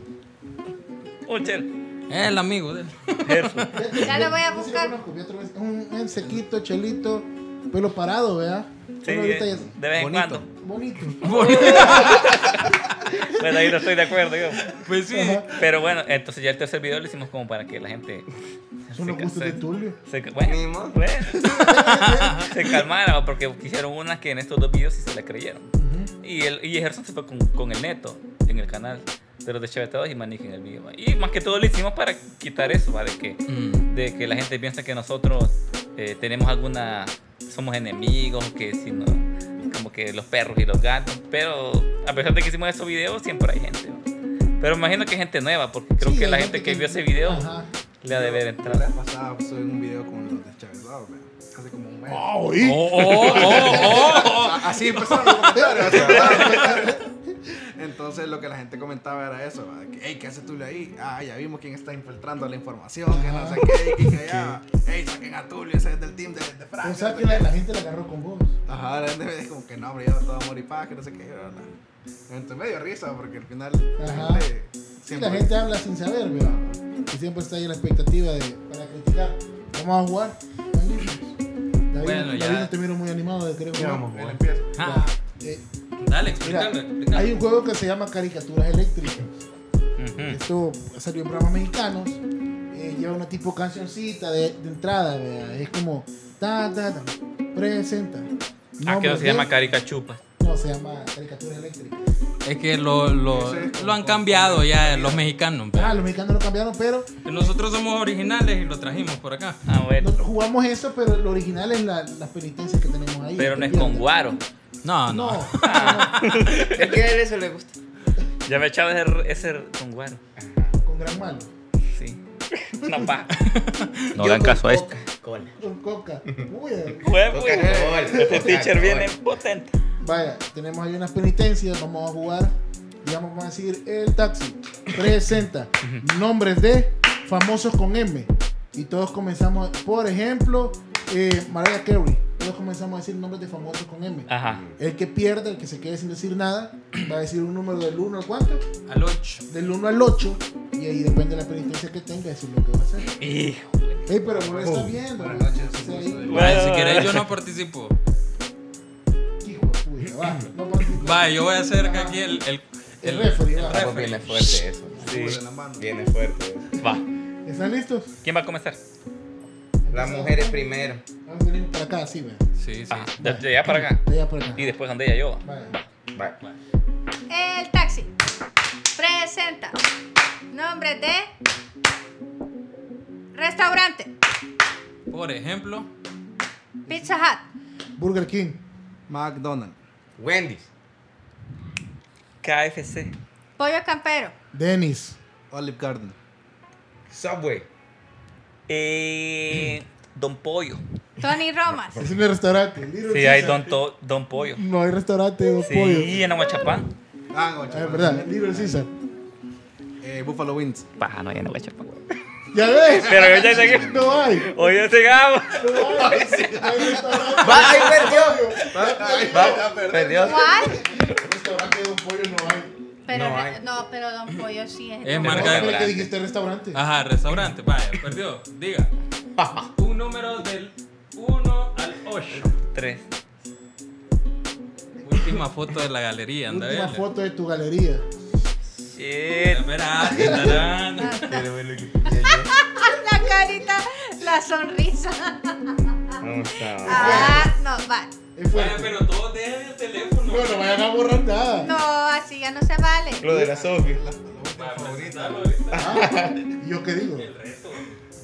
Speaker 5: Un chero.
Speaker 1: El amigo de él.
Speaker 5: Gerson.
Speaker 3: Ya lo voy a
Speaker 2: Yo sí
Speaker 3: buscar.
Speaker 2: conozco, vi otra vez. Un, un sequito, chelito, pelo parado, ¿verdad?
Speaker 5: Sí,
Speaker 2: Bueno, ahorita
Speaker 5: eh,
Speaker 2: ya-
Speaker 5: de vez en
Speaker 7: Bonito.
Speaker 5: cuando.
Speaker 2: Bonito.
Speaker 5: Bueno, Pues ahí no estoy de acuerdo yo.
Speaker 1: Pues sí.
Speaker 5: Pero bueno, entonces ya el tercer video lo hicimos como para que la gente.
Speaker 2: Son los gustos de Tulio.
Speaker 5: se- bueno,
Speaker 7: Ni modo.
Speaker 5: bueno, se calmara, porque hicieron unas que en estos dos videos sí se la creyeron. Y, el, y Gerson se fue con, con el neto en el canal de los deschavetados y Manique en el mío. ¿va? Y más que todo lo hicimos para quitar eso, ¿vale? Que,
Speaker 1: Mm.
Speaker 5: de que la gente piensa que nosotros eh, tenemos alguna. somos enemigos, que si no. como que los perros y los gatos. Pero a pesar de que hicimos esos videos, siempre hay gente. ¿no? Pero imagino que gente nueva, porque creo
Speaker 2: Sí,
Speaker 5: que
Speaker 2: hay
Speaker 5: la gente, que, vio ese video
Speaker 2: Ajá.
Speaker 5: le ha de Ah, ver
Speaker 7: La
Speaker 5: entrar.
Speaker 7: vez pasada subí un video con los deschavetados, man. Hace como un mes.
Speaker 1: Oh, oh, oh, oh.
Speaker 2: Ah,
Speaker 7: A- Así empezaron los comentarios. así empezaron. Entonces lo que la gente comentaba era eso, ¿va? que, hey, ¿qué hace Tulio ahí? Ah, ya vimos quién está infiltrando la información, que no sé qué, que, que allá, hey, saquen a Tulio, ese es del team de, de Francia.
Speaker 2: O sea
Speaker 7: no
Speaker 2: Ah, que
Speaker 7: sé
Speaker 2: la,
Speaker 7: qué".
Speaker 2: la gente la agarró con vos.
Speaker 7: Ajá, la gente me dijo como que no, hombre, yo todo amor y paz, que no sé qué, bla, bla. Entonces medio risa, porque al final
Speaker 2: Ajá.
Speaker 7: la gente
Speaker 2: Sí, la gente habla sin saber, ¿verdad? Y siempre está ahí la expectativa de, para criticar. Vamos a jugar. Magníficos. David,
Speaker 1: Bueno, ya.
Speaker 2: David no te miro muy animado, creo que
Speaker 7: Vamos, él empieza.
Speaker 1: Ah,
Speaker 2: Eh,
Speaker 1: dale,
Speaker 2: mira,
Speaker 1: explícalo, explícalo.
Speaker 2: hay un juego que se llama Caricaturas Eléctricas.
Speaker 5: Ujú.
Speaker 2: Esto salió en programas mexicanos. eh, lleva una tipo cancioncita de, de entrada, ¿verdad? Es como. Ta, ta, ta. Presenta.
Speaker 5: Ah, que
Speaker 2: Nombre
Speaker 5: no se
Speaker 2: de-
Speaker 5: llama Caricachupa.
Speaker 2: No, se llama Caricaturas Eléctricas.
Speaker 1: Es que lo, lo,
Speaker 7: Ese es como-
Speaker 1: lo han
Speaker 7: como-
Speaker 1: cambiado
Speaker 7: como-
Speaker 1: ya los mexicanos. pero-
Speaker 2: Ah, los mexicanos lo cambiaron, pero
Speaker 1: Nosotros somos originales y lo trajimos por acá.
Speaker 5: Ah, bueno.
Speaker 2: Nosotros jugamos eso, pero lo original es la, las penitencias que tenemos ahí.
Speaker 5: Pero no es con
Speaker 2: guay.
Speaker 5: Guaro.
Speaker 1: No,
Speaker 2: No,
Speaker 1: no.
Speaker 8: Es que a él eso le gusta.
Speaker 5: Ya me echaba ese, ese con Guaro.
Speaker 2: con gran malo.
Speaker 5: Sí. Una paja.
Speaker 8: Yo con
Speaker 5: Cola.
Speaker 2: Con coca. Uy, eh.
Speaker 5: Este teacher viene potente.
Speaker 2: vaya, tenemos ahí unas penitencias. Vamos a jugar. Digamos, vamos a decir el taxi. Presenta nombres de famosos con M. Y todos comenzamos, por ejemplo, eh, Mariah Carey. Todos comenzamos a decir nombres de famosos con M.
Speaker 7: Ah.
Speaker 5: Ajá.
Speaker 2: El que pierde, el que se quede sin decir nada, va a decir un número del 1 al cuánto.
Speaker 1: Al 8.
Speaker 2: del 1 al 8 y ahí depende de la penitencia que tenga, eso es lo que va a hacer.
Speaker 5: Hijo.
Speaker 2: Ey, pero vos lo estás viendo.
Speaker 7: Buenas
Speaker 2: ¿no?
Speaker 7: noches,
Speaker 2: O sea,
Speaker 7: un
Speaker 2: ahí-
Speaker 7: gusto de-
Speaker 5: Bueno,
Speaker 1: si querés,
Speaker 5: bueno.
Speaker 1: yo no participo.
Speaker 2: Hijo de puta, va. No participa.
Speaker 1: Va, yo voy a hacer que aquí el. el,
Speaker 2: El
Speaker 1: el-
Speaker 2: referee, va.
Speaker 1: ref.
Speaker 6: Viene fuerte eso.
Speaker 5: Sí.
Speaker 7: Pude la mano.
Speaker 6: Viene fuerte eso.
Speaker 5: Va.
Speaker 2: ¿Están listos?
Speaker 5: ¿Quién va a comenzar?
Speaker 6: Las mujeres primero.
Speaker 2: Vamos a venir para acá, sí, ve.
Speaker 1: Sí, sí.
Speaker 5: Ajá. Ah, De, de allá para acá.
Speaker 2: De allá para acá.
Speaker 5: Y después donde ella yo.
Speaker 2: Vaya.
Speaker 6: Va.
Speaker 3: El taxi. Presenta. Nombre de. Restaurante.
Speaker 1: Por ejemplo,
Speaker 3: Pizza Hut.
Speaker 2: Burger King,
Speaker 7: McDonald's.
Speaker 6: Wendy's.
Speaker 5: KFC.
Speaker 3: Pollo campero.
Speaker 2: Dennis,
Speaker 7: Olive Garden.
Speaker 6: Subway.
Speaker 5: Eh, Don Pollo.
Speaker 3: Tony Romas.
Speaker 2: es un restaurante. Little
Speaker 5: Sí, hay
Speaker 2: Caesar.
Speaker 5: Don, To- Don Pollo.
Speaker 2: No hay restaurante de
Speaker 5: Sí,
Speaker 2: pollo.
Speaker 5: en Aguachapán.
Speaker 7: Ah,
Speaker 2: Ah,
Speaker 7: guacha,
Speaker 2: es verdad, Little Caesar.
Speaker 7: Eh, Buffalo Wings.
Speaker 5: Paja, no hay en Aguachapán.
Speaker 2: ¿Ya ves?
Speaker 5: Pero yo ya llegué.
Speaker 2: No hay.
Speaker 5: Oye, llegamos.
Speaker 2: No hay. No hay restaurante.
Speaker 6: Va, ahí perdió.
Speaker 7: Va,
Speaker 6: Perdió.
Speaker 3: ¿Cuál?
Speaker 2: Restaurante de un pollo no hay.
Speaker 3: Pero
Speaker 6: No hay.
Speaker 3: re- no, pero Don Pollo sí es.
Speaker 1: es
Speaker 5: Pero
Speaker 1: marca
Speaker 2: Pero
Speaker 1: de.
Speaker 5: bueno.
Speaker 2: que dijiste restaurante.
Speaker 5: Ah,
Speaker 1: Ajá, restaurante. Vaya, perdió. Diga. Un número del 1 al 8.
Speaker 5: Tres.
Speaker 1: Última foto de la galería, anda a
Speaker 2: Última
Speaker 1: ver.
Speaker 2: foto de tu galería.
Speaker 5: Shit.
Speaker 1: Espera, tarán.
Speaker 3: La carita, la la sonrisa.
Speaker 6: No, está.
Speaker 3: Ah, no, va.
Speaker 2: Es
Speaker 1: Vaya,
Speaker 2: fuerte.
Speaker 1: pero todos dejen el teléfono.
Speaker 2: No, no vayan a borrar nada.
Speaker 3: No, así ya no se vale.
Speaker 6: Lo de la Sofi.
Speaker 1: Vaya, presentarlo ahorita.
Speaker 2: Ah, ¿y yo qué digo?
Speaker 1: El reto.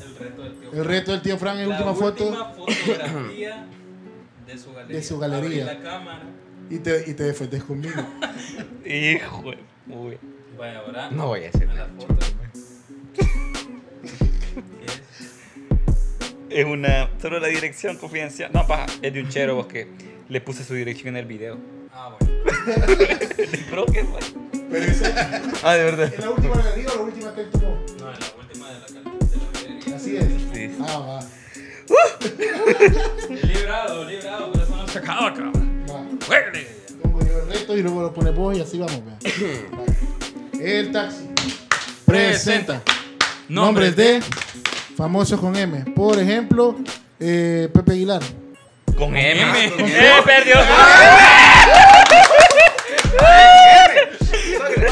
Speaker 1: El reto del tío.
Speaker 2: El reto del tío Fran es
Speaker 1: la
Speaker 2: última foto
Speaker 1: última fotografía de su galería.
Speaker 2: De su galería.
Speaker 1: Abrí la cámara.
Speaker 2: y te, y te defendes conmigo.
Speaker 5: Hijo de puta.
Speaker 1: Vaya, ahora.
Speaker 6: No voy a hacer
Speaker 1: a la
Speaker 6: nada.
Speaker 1: foto. ¿Qué es?
Speaker 5: Es una. Solo la dirección confidencial. No, paja. Es de un chero vos que le puse su dirección en el video.
Speaker 1: Ah, bueno.
Speaker 5: Creo que fue.
Speaker 2: Pero esa
Speaker 5: Ah, de verdad.
Speaker 2: es la última galería o la última que él tomó.
Speaker 1: No, en la última de la, cal- de la galería.
Speaker 2: Así es.
Speaker 5: Sí.
Speaker 2: Ah,
Speaker 1: Librado, librado, pero eso no se acaba, cabrón.
Speaker 2: va. Va.
Speaker 1: ¡Huele!
Speaker 2: Pongo yo el reto y luego lo pones vos y así vamos, vea. Va. El taxi. Presenta. Nombres de famosos con M. Por ejemplo, eh, Pepe Aguilar.
Speaker 5: Con M.
Speaker 1: M.
Speaker 5: ¡Eh, perdió!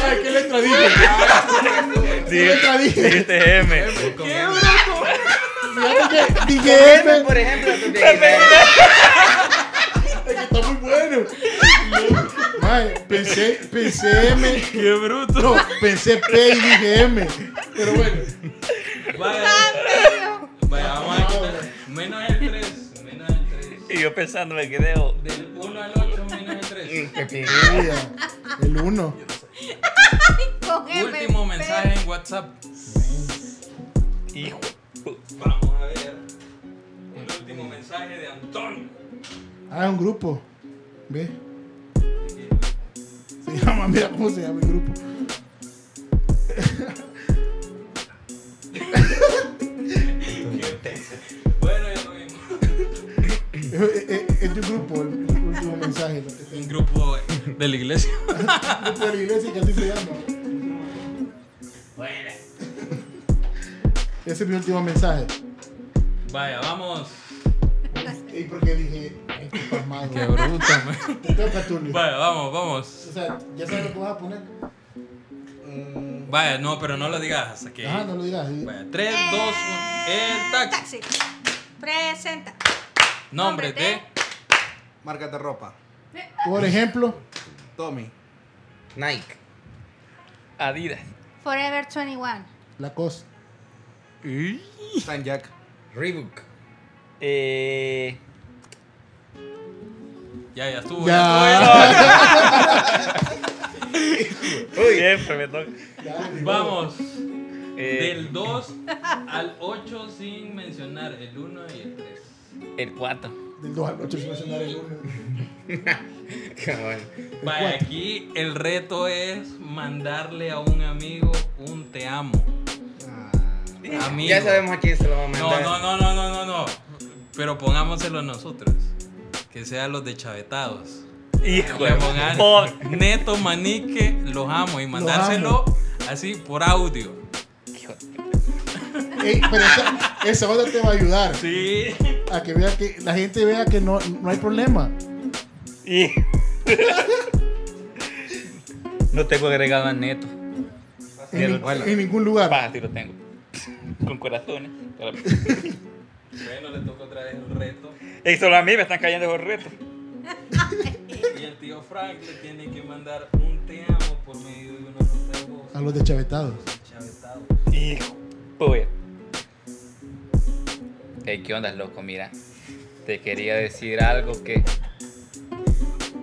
Speaker 2: Ay, ¿qué letra dije? ¿Qué letra dije?
Speaker 5: Dijiste M.
Speaker 1: ¡Qué bruto!
Speaker 2: Dije- Dije M.
Speaker 8: Por ejemplo, tú te aguilar.
Speaker 2: Es que está muy bueno. Mae, pensé, pensé M.
Speaker 1: ¡Qué bruto!
Speaker 2: No, pensé P y dije M. Pero bueno.
Speaker 1: Vaya,
Speaker 2: Ah,
Speaker 1: vaya, vamos a quitar. Menos el 3. Menos el 3.
Speaker 5: Y yo pensando, me quedé. oh,
Speaker 1: Del 1 al 8, menos el 3.
Speaker 2: Mira, El 1.
Speaker 3: Con M,
Speaker 1: Último
Speaker 3: pe-
Speaker 1: mensaje en WhatsApp.
Speaker 5: Hijo. de puta.
Speaker 1: Vamos a ver. El último mensaje de Antonio.
Speaker 2: Ah, un grupo. Ve. Se llama, mira cómo se llama el grupo.
Speaker 1: Bueno, ya lo vimos.
Speaker 2: Es, Eh, es- es de un grupo, el último mensaje.
Speaker 1: Un grupo de la iglesia.
Speaker 2: Un grupo de la iglesia que así se llama.
Speaker 1: Bueno.
Speaker 2: Ese es mi último mensaje.
Speaker 1: Vaya, vamos.
Speaker 2: Y porque dije, estoy pasmado.
Speaker 1: Qué bruto, man.
Speaker 2: Te toca, Tulio.
Speaker 1: Vaya, vamos, vamos.
Speaker 2: O sea, ya sabes lo que vas a poner. Eh,
Speaker 1: Vaya, no, pero no lo digas hasta que.
Speaker 2: Ajá, no lo digas. sí.
Speaker 1: Vaya, 3, 2, 1. El Eh, taxi.
Speaker 3: Eh, Taxi. Presenta.
Speaker 1: Nombre de.
Speaker 7: Marcas de ropa.
Speaker 2: Por ejemplo,
Speaker 7: Tommy.
Speaker 6: Nike.
Speaker 5: Adidas.
Speaker 3: Forever 21.
Speaker 2: la cosa.
Speaker 7: San Jack.
Speaker 6: Reebok.
Speaker 5: Eh.
Speaker 1: Ya, ya estuvo.
Speaker 2: Ya.
Speaker 5: Siempre me toca.
Speaker 1: estuvo. Vamos.
Speaker 5: Eh,
Speaker 1: Del 2 al 8 sin mencionar el 1 y el 3.
Speaker 5: el 4.
Speaker 2: Del 2 al 8 sin mencionar el 1.
Speaker 6: Cabal.
Speaker 1: Vaya, aquí el reto es mandarle a un amigo un te amo. Amigo.
Speaker 6: Ya sabemos a quién se lo vamos a
Speaker 1: No,
Speaker 6: mandar.
Speaker 1: no, no, no, no, no, no. Pero pongámoselo nosotros. Que sean los de chavetados.
Speaker 5: Hijo
Speaker 1: Le
Speaker 5: de
Speaker 1: pongan
Speaker 5: puta.
Speaker 1: neto manique, Oh. los amo. Y mandárselo así por audio.
Speaker 5: Hijo de-
Speaker 2: Ey, pero esa, esa onda te va a ayudar.
Speaker 1: Sí.
Speaker 2: A que vea que la gente vea que no, no hay problema.
Speaker 5: Y- no tengo agregado a Neto.
Speaker 2: En,
Speaker 5: Pero
Speaker 2: ni-
Speaker 5: bueno.
Speaker 2: en ningún lugar.
Speaker 5: Paja, sí lo tengo. Con corazones.
Speaker 1: Bueno, le toca otra vez el reto.
Speaker 5: Y solo a mí me están cayendo esos retos.
Speaker 1: Y el tío Frank le tiene que mandar un te amo por medio de una nota de voz.
Speaker 2: A los deschavetados.
Speaker 1: Chavetado.
Speaker 5: Hijo. Pues. Ey, ¿qué onda, loco? Mira. Te quería decir algo que.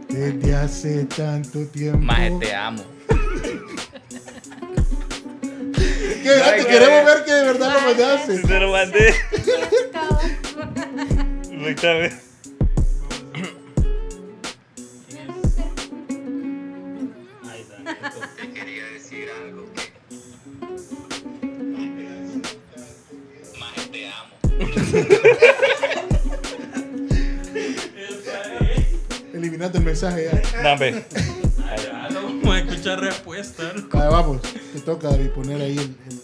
Speaker 2: Desde hace tanto tiempo.
Speaker 5: Maje, te amo.
Speaker 2: Ah, Que de verdad
Speaker 5: Ay,
Speaker 2: te
Speaker 5: güey.
Speaker 2: queremos ver que de verdad lo mandaste.
Speaker 5: Se lo mandé.
Speaker 3: Sentimiento.
Speaker 5: Ahorita ve.
Speaker 2: Eliminaste el mensaje ya.
Speaker 5: Dame.
Speaker 1: Ya no vamos a escuchar respuesta. ¿no?
Speaker 2: Vale, vamos. Te toca David, poner ahí el, el,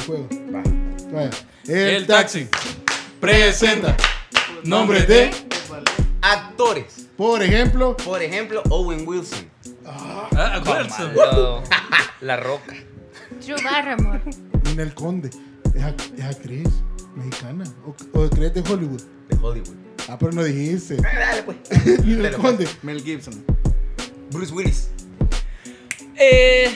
Speaker 2: el juego.
Speaker 6: Va.
Speaker 2: Vaya.
Speaker 1: El taxi presenta
Speaker 2: Nombre de.
Speaker 8: Actores.
Speaker 2: Por ejemplo.
Speaker 8: Por ejemplo, Owen Wilson.
Speaker 1: Ah, Wilson.
Speaker 5: Malo. La roca.
Speaker 3: Drew Barrymore.
Speaker 2: Nina el Conde. Es, ac- es actriz. Mexicana. ¿O, o crees de Hollywood?
Speaker 8: de Hollywood.
Speaker 2: Ah, pero no dijiste.
Speaker 8: Dale, pues.
Speaker 2: Y el
Speaker 8: Dale, pues.
Speaker 2: conde.
Speaker 7: Mel Gibson.
Speaker 8: Bruce Willis.
Speaker 5: Eh.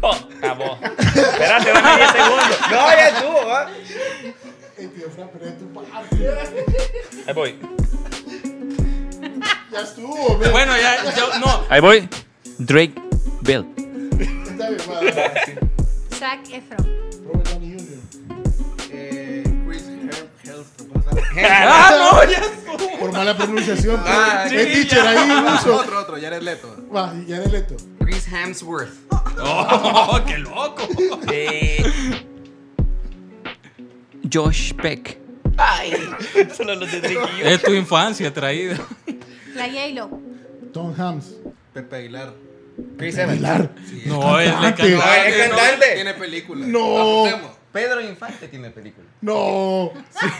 Speaker 5: Puta, vos. Oh. Espérate, van a 10 segundos.
Speaker 8: No, ya estuvo, ¿va?
Speaker 2: Eh, tío Fran, pero es tu parte.
Speaker 5: Ahí voy.
Speaker 2: Ya estuvo, ve.
Speaker 1: Bueno, ya, yo, no.
Speaker 5: Ahí voy. Drake Bell.
Speaker 2: Está bien, va, va, sí.
Speaker 3: Zac Efron.
Speaker 2: Robert Downey Jr.
Speaker 7: Eh, Chris Hemsworth. Hemsworth.
Speaker 1: ¡Ah, no! Ya estuvo.
Speaker 2: Por mala pronunciación.
Speaker 8: Ah,
Speaker 2: pues. Es teacher ahí, ruso.
Speaker 7: Otro, otro, Jared Leto.
Speaker 2: Va, ya de leto.
Speaker 8: Chris Hemsworth.
Speaker 1: ¡Oh, qué loco!
Speaker 5: Eh, Josh Peck. Ay, solo los de Drake y yo.
Speaker 1: Es tu infancia traída.
Speaker 3: La J-Lo.
Speaker 2: Tom Hams.
Speaker 7: Pepe Aguilar.
Speaker 8: Chris Evans.
Speaker 2: Pilar.
Speaker 1: No, es la
Speaker 2: cantante.
Speaker 8: No, es
Speaker 1: cantante. no.
Speaker 8: cantante.
Speaker 7: Tiene película.
Speaker 2: No.
Speaker 7: Apostemos.
Speaker 8: Pedro Infante tiene película.
Speaker 2: No.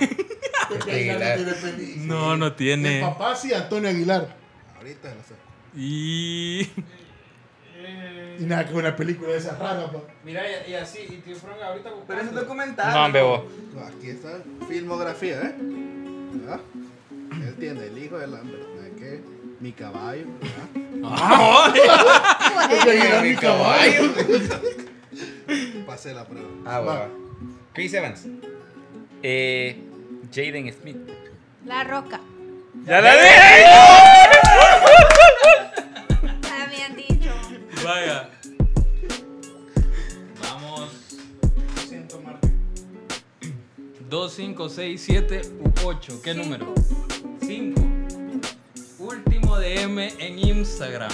Speaker 8: Pepe
Speaker 2: Aguilar
Speaker 8: Aguilar.
Speaker 2: no tiene película.
Speaker 1: No, no
Speaker 2: El
Speaker 1: tiene.
Speaker 2: papá sí, Antonio Aguilar.
Speaker 7: Ahorita lo sé.
Speaker 1: Y.
Speaker 2: Y nada, que una película de esas raras, pa.
Speaker 9: Mira, y, y así, y tío Frank ahorita buscando.
Speaker 8: Pero es un documental.
Speaker 5: No, hombre, vos.
Speaker 7: No, Aquí está filmografía, ¿eh? ¿Verdad? Él tiene el hijo del hambre. ¿de qué? Mi caballo, ¿verdad?
Speaker 2: Antonio Aguilar, mi caballo.
Speaker 7: Pasé la prueba.
Speaker 8: Ah,
Speaker 2: Va.
Speaker 8: va.
Speaker 6: Chris Evans.
Speaker 5: Eh, Jaden Smith.
Speaker 3: La Roca.
Speaker 5: ¡Ya la dije!
Speaker 3: Habían dicho.
Speaker 1: Vaya. Vamos. 2, 5, 6, 7 u 8. ¿Qué
Speaker 3: Cinco.
Speaker 1: número? 5. Último DM en Instagram.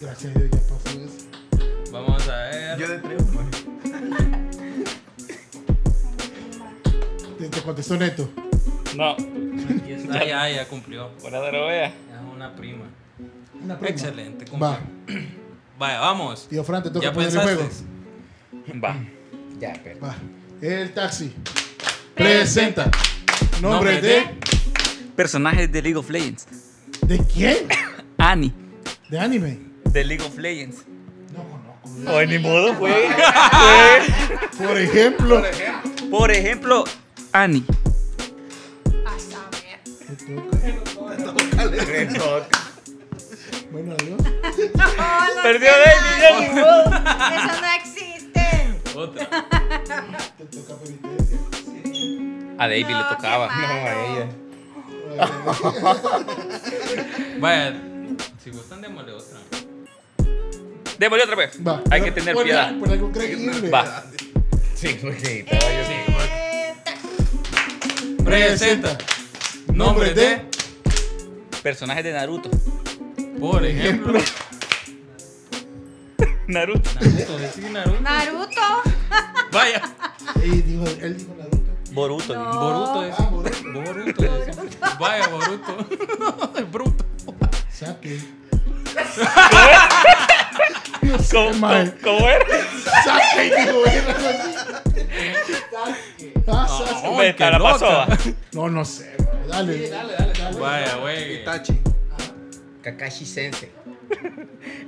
Speaker 2: Gracias a Dios, ya pasó eso.
Speaker 1: Vamos a ver.
Speaker 8: de triunfo.
Speaker 2: Te, te contestó Neto.
Speaker 5: No,
Speaker 1: Aquí está, ya, ya cumplió.
Speaker 5: fuera de lo vea.
Speaker 1: Es una prima.
Speaker 2: Una prima.
Speaker 1: Excelente, cumplió.
Speaker 2: Va.
Speaker 1: Vaya, vamos.
Speaker 2: Tío Fran, te toca
Speaker 1: ¿Ya
Speaker 2: poner el juego.
Speaker 1: pensaste?
Speaker 5: Va.
Speaker 8: Ya, pero.
Speaker 2: Va. El taxi. Presenta. Nombre
Speaker 1: Nombre
Speaker 2: de.
Speaker 5: Personajes de League of Legends.
Speaker 2: ¿De quién?
Speaker 5: Annie.
Speaker 2: De anime.
Speaker 5: De League of Legends.
Speaker 2: No conozco.
Speaker 5: No, ni modo, güey.
Speaker 2: Por ejemplo.
Speaker 5: Por ejemplo, Annie.
Speaker 3: Pasa a ver.
Speaker 2: Te toca. Bueno, adiós.
Speaker 3: No, no
Speaker 5: Perdió
Speaker 3: sé
Speaker 5: David, ya
Speaker 3: nada.
Speaker 5: ni modo.
Speaker 3: Eso no existe.
Speaker 1: Otra.
Speaker 2: Te toca penitencia.
Speaker 5: A David le
Speaker 3: No,
Speaker 5: tocaba.
Speaker 3: qué
Speaker 8: Ah, No,
Speaker 3: malo.
Speaker 8: a ella.
Speaker 1: Vaya, si gustan, démosle otra.
Speaker 5: Démosle otra vez.
Speaker 2: Va.
Speaker 5: Hay que tener
Speaker 2: Por-
Speaker 5: piedad.
Speaker 2: Por algo creíble.
Speaker 5: Va.
Speaker 8: Sí, porque estaba yo sí.
Speaker 3: Eh, taxi.
Speaker 1: Presenta. Nombre de.
Speaker 5: Personajes de Naruto.
Speaker 1: Por ejemplo.
Speaker 5: Naruto.
Speaker 1: Naruto, decir Naruto.
Speaker 3: Naruto.
Speaker 1: Vaya.
Speaker 2: Él dijo, él dijo Naruto.
Speaker 5: Boruto.
Speaker 3: No.
Speaker 5: dijo.
Speaker 1: Boruto es.
Speaker 2: Ah, Boruto.
Speaker 1: Boruto es. Vaya, Boruto. Es bruto.
Speaker 2: Saque.
Speaker 5: ¿Cómo,
Speaker 2: mae.
Speaker 5: cómo- cómo era?
Speaker 2: Saque, dijo él. algo así. Ah, Sasuke.
Speaker 1: Ay,
Speaker 5: Me
Speaker 1: qué
Speaker 5: la pasó.
Speaker 1: loca.
Speaker 2: No, no sé. güey. Dale. dale, dale,
Speaker 1: Vaya, güey.
Speaker 7: Itachi.
Speaker 8: Kakashi Sensei.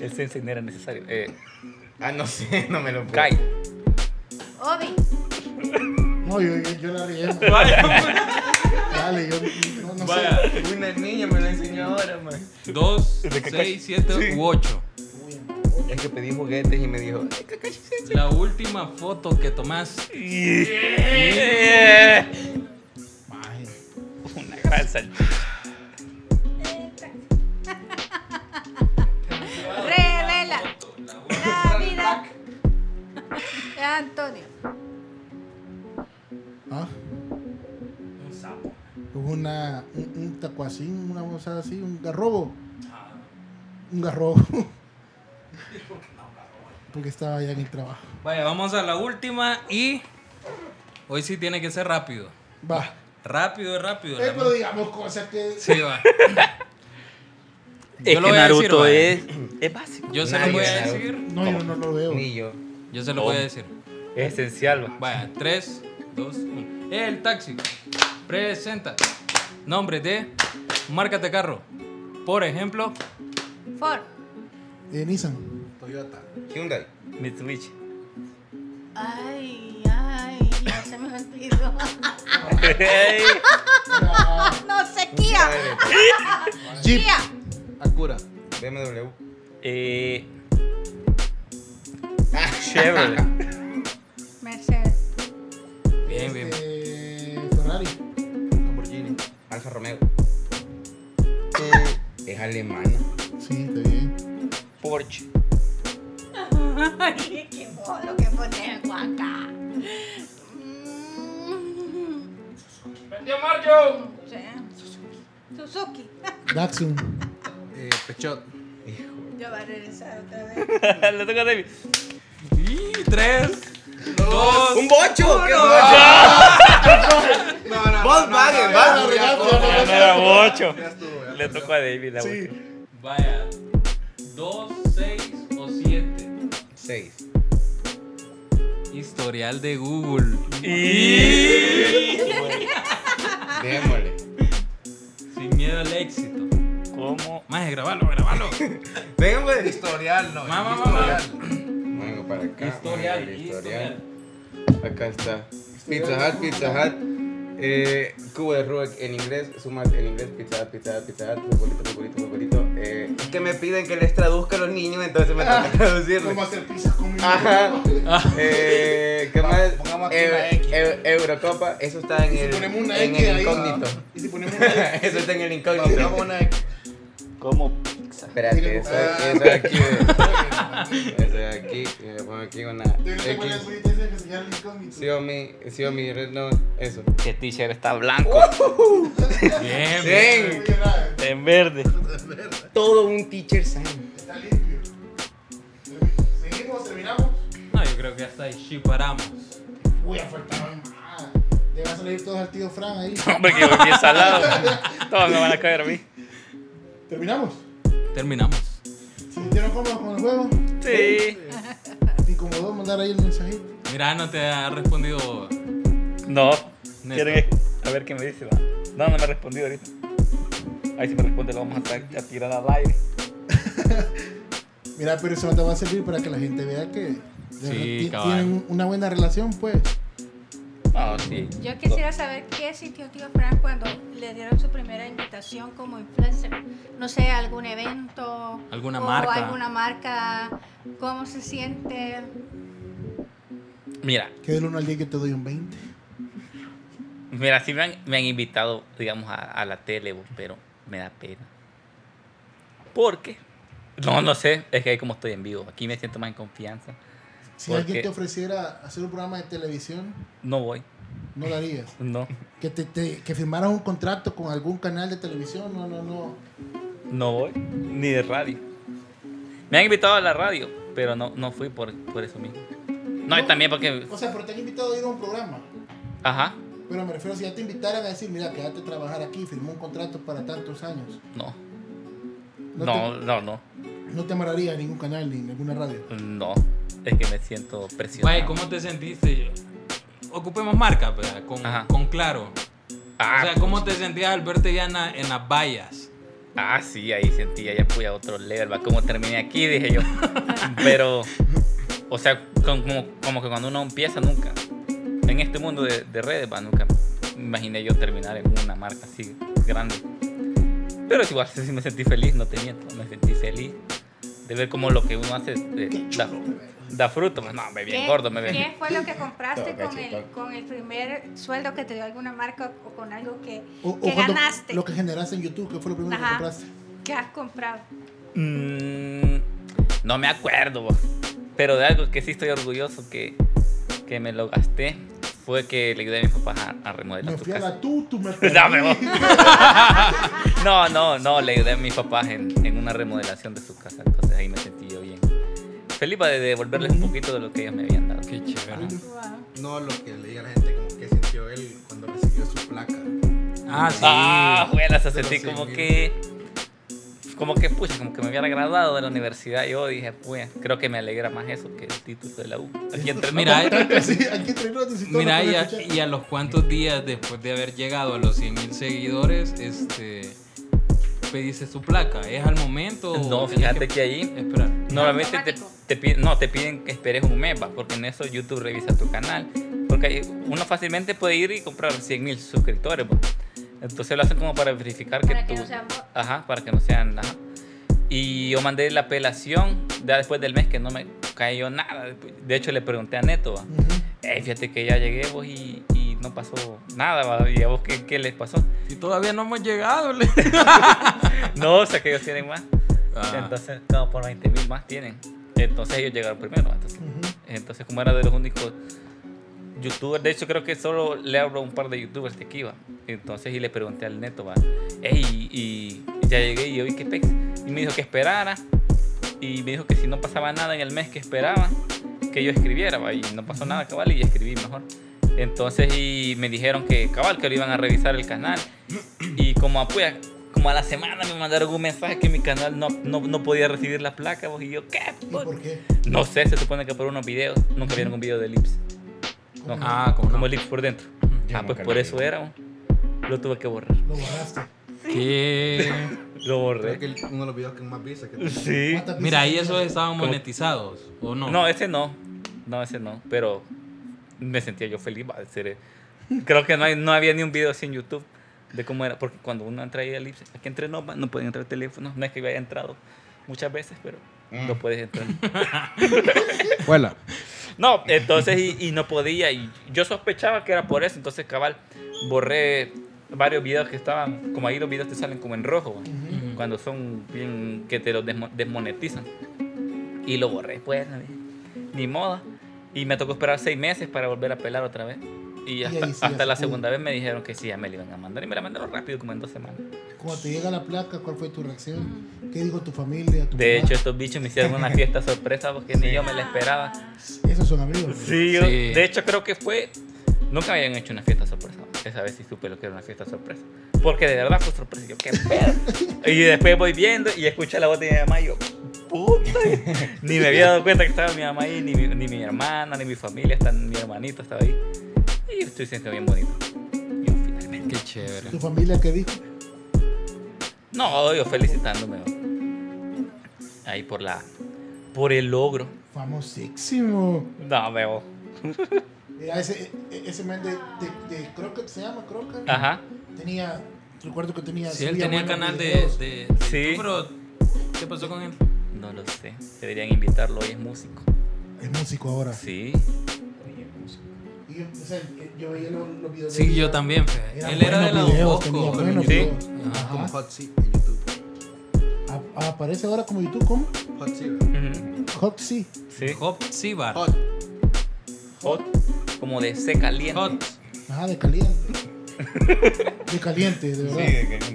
Speaker 5: El sensei no era necesario. Eh,
Speaker 8: Ah, no sé, no me lo puedo.
Speaker 5: Kai.
Speaker 3: Obi.
Speaker 2: No, yo, yo, yo la riego.
Speaker 1: Vaya.
Speaker 2: Dale, yo no, no
Speaker 1: Vaya.
Speaker 2: sé.
Speaker 8: Una niña me lo enseñó ahora, man.
Speaker 1: 2,
Speaker 5: Desde que
Speaker 1: 6, 7 u 8.
Speaker 8: Es que pedí juguetes y me dijo, "Ay, Kakashi Sensei.
Speaker 1: La última foto que tomás.
Speaker 5: Yeah. Una gran salchicha.
Speaker 3: Revela. La vida. Antonio.
Speaker 2: Ah. Hubo una, un, un tacuacín, una bolsa así, un garrobo. Un garrobo. Porque estaba allá en el trabajo.
Speaker 1: Vaya, vamos a la última y. Hoy sí tiene que ser rápido.
Speaker 2: Va.
Speaker 1: Rápido, rápido.
Speaker 2: Eh,
Speaker 1: la
Speaker 2: pero digamos cosas que.
Speaker 1: Sí, va.
Speaker 5: Es
Speaker 1: Yo lo
Speaker 5: que
Speaker 1: voy a decir,
Speaker 5: Naruto
Speaker 1: vaya.
Speaker 5: es, es básico.
Speaker 1: Yo se lo
Speaker 8: Nadie
Speaker 1: voy a
Speaker 8: sabe.
Speaker 1: decir.
Speaker 2: No, yo no lo veo.
Speaker 8: Ni yo.
Speaker 1: Yo se lo
Speaker 5: No.
Speaker 1: voy a decir.
Speaker 5: Es esencial. va.
Speaker 1: Vaya, 3, 2, 1. El taxi. Presenta. Nombre de. Marca de carro. Por ejemplo,
Speaker 3: Ford.
Speaker 2: Eh, Nissan.
Speaker 7: Toyota.
Speaker 8: Hyundai.
Speaker 5: Mitsubishi.
Speaker 3: Ay, ay, ya se me olvidó.
Speaker 5: Ey,
Speaker 3: no sé, Kia.
Speaker 2: Jeep.
Speaker 3: Kia.
Speaker 7: Acura.
Speaker 6: BMW.
Speaker 5: eh, Chevrolet.
Speaker 3: Mercedes.
Speaker 1: Bien, bien.
Speaker 2: Este, Ferrari.
Speaker 7: Lamborghini.
Speaker 6: Alfa Romeo. Eh, Es alemana.
Speaker 2: Sí, está bien.
Speaker 5: Porsche.
Speaker 3: Ay, qué bolo que pones, Juanca. Mm,
Speaker 9: ¡Vendió Mario!
Speaker 3: no sé. Suzuki.
Speaker 2: Datsun.
Speaker 7: Eh, Pechot.
Speaker 3: Yo voy a regresar otra vez.
Speaker 5: Le toca a David.
Speaker 1: Y tres, dos,
Speaker 8: ¡Un
Speaker 6: Oh,
Speaker 8: bocho! ¡Qué bocho!
Speaker 7: No, no,
Speaker 8: Volkswagen, va.
Speaker 5: Ya Ah, no era ocho.
Speaker 7: Ya estuvo, ya
Speaker 5: Le
Speaker 7: estuvo.
Speaker 5: tocó a David. la
Speaker 2: Sí.
Speaker 5: última.
Speaker 1: Vaya, dos, seis o siete.
Speaker 6: 6.
Speaker 1: Historial de Google.
Speaker 5: Y...
Speaker 6: Démosle.
Speaker 1: Sin miedo al éxito.
Speaker 5: ¿Cómo?
Speaker 1: Más, grabalo, grabalo.
Speaker 6: Vengan, pues.
Speaker 7: Historial, no.
Speaker 1: Mamá,
Speaker 7: historial.
Speaker 6: Vengo para acá.
Speaker 1: Historial,
Speaker 6: vengo al
Speaker 1: historial.
Speaker 6: Acá está. Pizza Hut, Pizza Hut. Eh, cubo de Rubik en inglés, sumas en inglés, pizza hut, pizza hut, pizza hut, favorito, favorito, favorito. Eh, Ah. es que me piden que les traduzca a los niños, entonces me toca traducirles.
Speaker 2: ¿Cómo hacer pizzas conmigo?
Speaker 6: Ajá. Ah. Eh, ¿Qué más?
Speaker 2: pongamos aquí
Speaker 6: Eu-
Speaker 2: una X.
Speaker 6: Eu- Eurocopa, eso está en
Speaker 2: Y si
Speaker 6: el,
Speaker 2: ponemos una
Speaker 6: en
Speaker 2: X ahí,
Speaker 6: el
Speaker 2: ah,
Speaker 6: incógnito.
Speaker 2: Y si ponemos una X.
Speaker 6: Eso está en el
Speaker 2: Pongamos
Speaker 6: incógnito.
Speaker 2: una X.
Speaker 5: ¿Cómo pizza?
Speaker 6: Espérate, eso,
Speaker 2: Ah.
Speaker 6: eso de aquí. Eso de aquí. Y le pongo aquí una
Speaker 2: Yo no tengo la
Speaker 6: X.
Speaker 2: suerte de enseñar el incógnito.
Speaker 6: Xiaomi, Xiaomi, Red no, eso.
Speaker 5: Que t-shirt está blanco.
Speaker 1: Bien, bien.
Speaker 6: ¡Dang!
Speaker 5: En verde.
Speaker 6: Todo un teacher sign.
Speaker 2: Está limpio. Seguimos, terminamos.
Speaker 1: No, yo creo que hasta ahí sí paramos.
Speaker 2: Uy, faltaban más. Le va a salir todo al tío Fran ahí.
Speaker 5: Hombre, que voy bien salado. Todos me van a caer a mí.
Speaker 2: Terminamos.
Speaker 1: Terminamos.
Speaker 2: Se sintieron cómodos con el juego.
Speaker 5: Sí.
Speaker 2: Te incomodó mandar ahí el mensajito.
Speaker 1: Mira, no te ha respondido.
Speaker 5: No.
Speaker 1: Neta.
Speaker 5: ¿Quieren que- A ver qué me dice. va. No, no me ha respondido ahorita. Ahí si me responde lo vamos a, tra- a tirar al aire.
Speaker 2: Mira, pero eso te va a servir para que la gente vea que de verdad ti-
Speaker 1: cabal.
Speaker 2: tienen un- una buena relación, pues.
Speaker 5: No, sí.
Speaker 3: Yo quisiera saber qué sintió tío Frank cuando le dieron su primera invitación como influencer. No sé, algún evento.
Speaker 1: Alguna
Speaker 3: o
Speaker 1: marca.
Speaker 3: alguna marca. ¿Cómo se siente?
Speaker 5: Mira,
Speaker 2: Que del 1 al 10 que te doy un 20.
Speaker 5: mira, sí me han, me han invitado, digamos, a, a la tele, vos, pero me da pena. ¿Por qué? No, no sé. Es que ahí como estoy en vivo. Aquí me siento más en confianza.
Speaker 2: Si
Speaker 5: ¿Por
Speaker 2: alguien
Speaker 5: qué?
Speaker 2: te ofreciera hacer un programa de televisión,
Speaker 5: No voy.
Speaker 2: no lo harías.
Speaker 5: No.
Speaker 2: Que, te, te- que firmaras un contrato con algún canal de televisión, no, no, no.
Speaker 5: No voy, ni de radio. Me han invitado a la radio, pero no, no fui por, por eso mismo. No, y también porque.
Speaker 2: O sea, pero te han invitado a ir a un programa.
Speaker 5: Ajá,
Speaker 2: Pero me refiero, si ya te invitaran a decir, mira, quédate a trabajar aquí, firmó un contrato para tantos años.
Speaker 5: no.
Speaker 2: No
Speaker 5: No, no, no.
Speaker 2: te, no te amarraría en ningún canal ni en ninguna radio.
Speaker 5: No. Es que me siento presionado.
Speaker 1: Vaya, ¿cómo te sentiste? Ocupemos marca, ¿verdad? Con,
Speaker 5: Ajá.
Speaker 1: con claro.
Speaker 5: Ah,
Speaker 1: o sea, ¿cómo te sentías al verte ya en, la- en las vallas?
Speaker 5: ah, sí, ahí sentía, ya fui a otro level. va, ¿Cómo terminé aquí? Dije yo. Pero. O sea, con- como, como que cuando uno empieza, nunca. En este mundo de, de redes, va, nunca me imaginé yo terminar en una marca así grande. Pero igual, sí sí me sentí feliz, no te miento. Me sentí feliz de ver cómo lo que uno hace eh, da, da fruto. Pues, no, me vi bien gordo, me vi
Speaker 3: ¿Qué fue lo que compraste
Speaker 6: Todo
Speaker 3: con el,
Speaker 6: cachetón.
Speaker 3: con el primer sueldo que te dio alguna marca o con algo que,
Speaker 2: O, o
Speaker 3: que
Speaker 2: cuando-
Speaker 3: ganaste?
Speaker 2: Lo que generaste en YouTube, que fue lo primero que
Speaker 3: Ajá.
Speaker 2: compraste.
Speaker 3: ¿Qué has comprado?
Speaker 5: Mm, no me acuerdo, bo. pero de algo que sí estoy orgulloso que, que me lo gasté fue que le ayudé a mis papás a, a remodelar
Speaker 2: Me
Speaker 5: su
Speaker 2: fui a
Speaker 5: casa.
Speaker 2: la tú, tú me
Speaker 5: Dame,
Speaker 2: perdí.
Speaker 5: No, no, no, le ayudé a mis papás en, en una remodelación de su casa, entonces ahí me sentí yo bien. Feliz de devolverles un poquito de lo que ellos me habían dado.
Speaker 1: Qué chévere.
Speaker 3: Wow.
Speaker 7: No, lo que le diga a la gente, como que sintió él cuando recibió su placa.
Speaker 1: Ah, sí.
Speaker 5: Ah, bueno, se sentí
Speaker 7: sí,
Speaker 5: como
Speaker 7: mira.
Speaker 5: que. Como que, pucha, como que me hubiera graduado de la universidad. Yo dije, pues, creo que me alegra más eso que el título de la U. Aquí entre
Speaker 1: Mira,
Speaker 2: Sí, aquí entre nosotros, si todos
Speaker 1: Mira,
Speaker 2: nos
Speaker 1: y
Speaker 2: pueden
Speaker 1: a,
Speaker 2: escuchar.
Speaker 1: y a los cuantos días después de haber llegado a los 100 mil seguidores, este, pediste su placa? ¿Es al momento? o
Speaker 5: No,
Speaker 1: tenés
Speaker 5: fíjate que ahí
Speaker 1: Esperar.
Speaker 5: Normalmente te,
Speaker 3: Automático.
Speaker 5: te piden, no, te piden que esperes un mes, va, porque en eso YouTube revisa tu canal. Porque ahí uno fácilmente puede ir y comprar 100 mil suscriptores. va. Entonces lo hacen como para verificar que
Speaker 3: Para
Speaker 5: tú...
Speaker 3: que no sean bo-
Speaker 5: Ajá, para que no sean... ajá. Y yo mandé la apelación ya después del mes que no me cayó nada. De hecho le pregunté a Neto, va, "Ey, fíjate que ya llegué vos y, y no pasó nada, va, ¿y a vos qué, qué les pasó?
Speaker 1: Si todavía no hemos llegado, le-
Speaker 5: No, o sea que ellos tienen más.
Speaker 1: Ah.
Speaker 5: Entonces, como por 20 mil más tienen. Entonces ellos llegaron primero. Entonces, entonces, como era de los únicos youtubers, de hecho creo que solo le hablo a un par de youtubers de aquí, va. Entonces, y le pregunté al neto, va. Ey, y, y ya llegué y yo vi que pex. Y me dijo que esperara. Y me dijo que si no pasaba nada en el mes que esperaba, que yo escribiera, va. Y no pasó nada, cabal, y escribí mejor. Entonces, y me dijeron que cabal, que lo iban a revisar el canal. Y como a, pues, como a la semana me mandaron un mensaje que mi canal no, no, no podía recibir la placa, vos, y yo, ¿qué?
Speaker 2: ¿Y
Speaker 5: por-?"
Speaker 2: por qué?
Speaker 5: No sé, se supone que por unos videos. Nunca vieron un video de Lips. No,
Speaker 1: Ah, como
Speaker 5: como
Speaker 1: no.
Speaker 5: Lips por dentro.
Speaker 8: Yo
Speaker 5: ah, pues
Speaker 8: nunca
Speaker 5: por
Speaker 8: lo
Speaker 5: eso
Speaker 8: vi.
Speaker 5: era. Lo tuve que borrar.
Speaker 2: Lo borraste.
Speaker 1: ¿Qué?
Speaker 5: Lo
Speaker 7: Creo
Speaker 5: borré.
Speaker 7: que el- uno de los videos que más viste. Que
Speaker 5: Sí.
Speaker 2: ¿Cuántas
Speaker 1: Mira, ahí
Speaker 2: vistas
Speaker 1: esos
Speaker 2: tenías?
Speaker 1: estaban monetizados, ¿o no? eh,
Speaker 5: No, ese no. No, ese no. Pero me sentía yo feliz. va, seré- Creo que no, hay- no había ni un video así en YouTube de cómo era. Porque cuando uno entra ahí a Lips, aquí entre no, no pueden entrar teléfonos. No es que yo haya entrado muchas veces, pero no puedes entrar.
Speaker 7: Vuela.
Speaker 5: No, entonces y, y no podía. Y yo sospechaba que era por eso. Entonces, cabal, borré varios videos que estaban. Como ahí los videos te salen como en rojo. ¿va? Cuando son bien. que te los desmo- desmonetizan. Y lo borré, pues. ¿no? Ni moda. Y me tocó esperar seis meses para volver a pelar otra vez. Y hasta,
Speaker 2: ahí sí,
Speaker 5: hasta
Speaker 2: ya
Speaker 5: la
Speaker 2: se pudo.
Speaker 5: segunda vez me dijeron que sí, ya me la iban a mandar. Y me la mandaron rápido, como en dos semanas.
Speaker 2: Cuando te llega la placa, ¿cuál fue tu reacción? ¿Qué dijo tu familia? Tu
Speaker 5: De
Speaker 2: mamá?
Speaker 5: hecho, estos bichos me hicieron una fiesta sorpresa porque ni yo me la esperaba.
Speaker 2: esos son amigos.
Speaker 5: Sí, yo-
Speaker 1: Sí.
Speaker 5: de hecho creo que fue... Nunca me habían hecho una fiesta sorpresa. Esa vez sí supe lo que era una fiesta sorpresa. Porque de verdad fue sorpresa. Yo, qué pedo. y después voy viendo y escucho la voz de mi mamá y yo, puta. ni me había dado cuenta que estaba mi mamá ahí, ni mi, ni mi hermana, ni mi familia, hasta mi hermanito estaba ahí. Y estoy siendo bien bonito. Yo finalmente.
Speaker 1: Qué chévere.
Speaker 2: ¿Tu familia qué dijo?
Speaker 5: No, yo felicitándome. Ahí por la... Por el logro.
Speaker 2: Famosísimo.
Speaker 5: No, veo.
Speaker 2: Mira, Eh, ese, e, ese man de, de, de Crockett se llama Crockett.
Speaker 5: Ajá.
Speaker 2: Tenía, recuerdo que tenía.
Speaker 1: Sí, él
Speaker 2: subía
Speaker 1: tenía
Speaker 2: buenos
Speaker 1: canal de,
Speaker 2: videos.
Speaker 1: de,
Speaker 5: Sí.
Speaker 1: sí. pero ¿qué pasó con él?
Speaker 5: No lo sé. Deberían invitarlo, hoy es músico.
Speaker 2: Es músico ahora.
Speaker 5: Sí.
Speaker 2: Y yo, o sea, eh, yo veía los, los videos. de
Speaker 1: Sí,
Speaker 2: él.
Speaker 1: yo también, fe.
Speaker 2: Eran
Speaker 1: Él era de la
Speaker 2: buenos
Speaker 1: Don
Speaker 2: videos,
Speaker 1: Bosco.
Speaker 2: tenía buenos
Speaker 5: Sí.
Speaker 2: videos.
Speaker 1: Ajá.
Speaker 7: Como
Speaker 2: Ajá.
Speaker 7: Hot Seat en YouTube.
Speaker 2: A- aparece ahora como YouTube, ¿cómo?
Speaker 7: Hot Seat. ¿verdad?
Speaker 5: Ujú.
Speaker 2: Hot sí.
Speaker 5: Sí.
Speaker 1: Hot Sibar.
Speaker 7: Hot.
Speaker 5: Hot. Como de C caliente.
Speaker 1: Hot.
Speaker 2: Ajá, de caliente. De caliente, de verdad.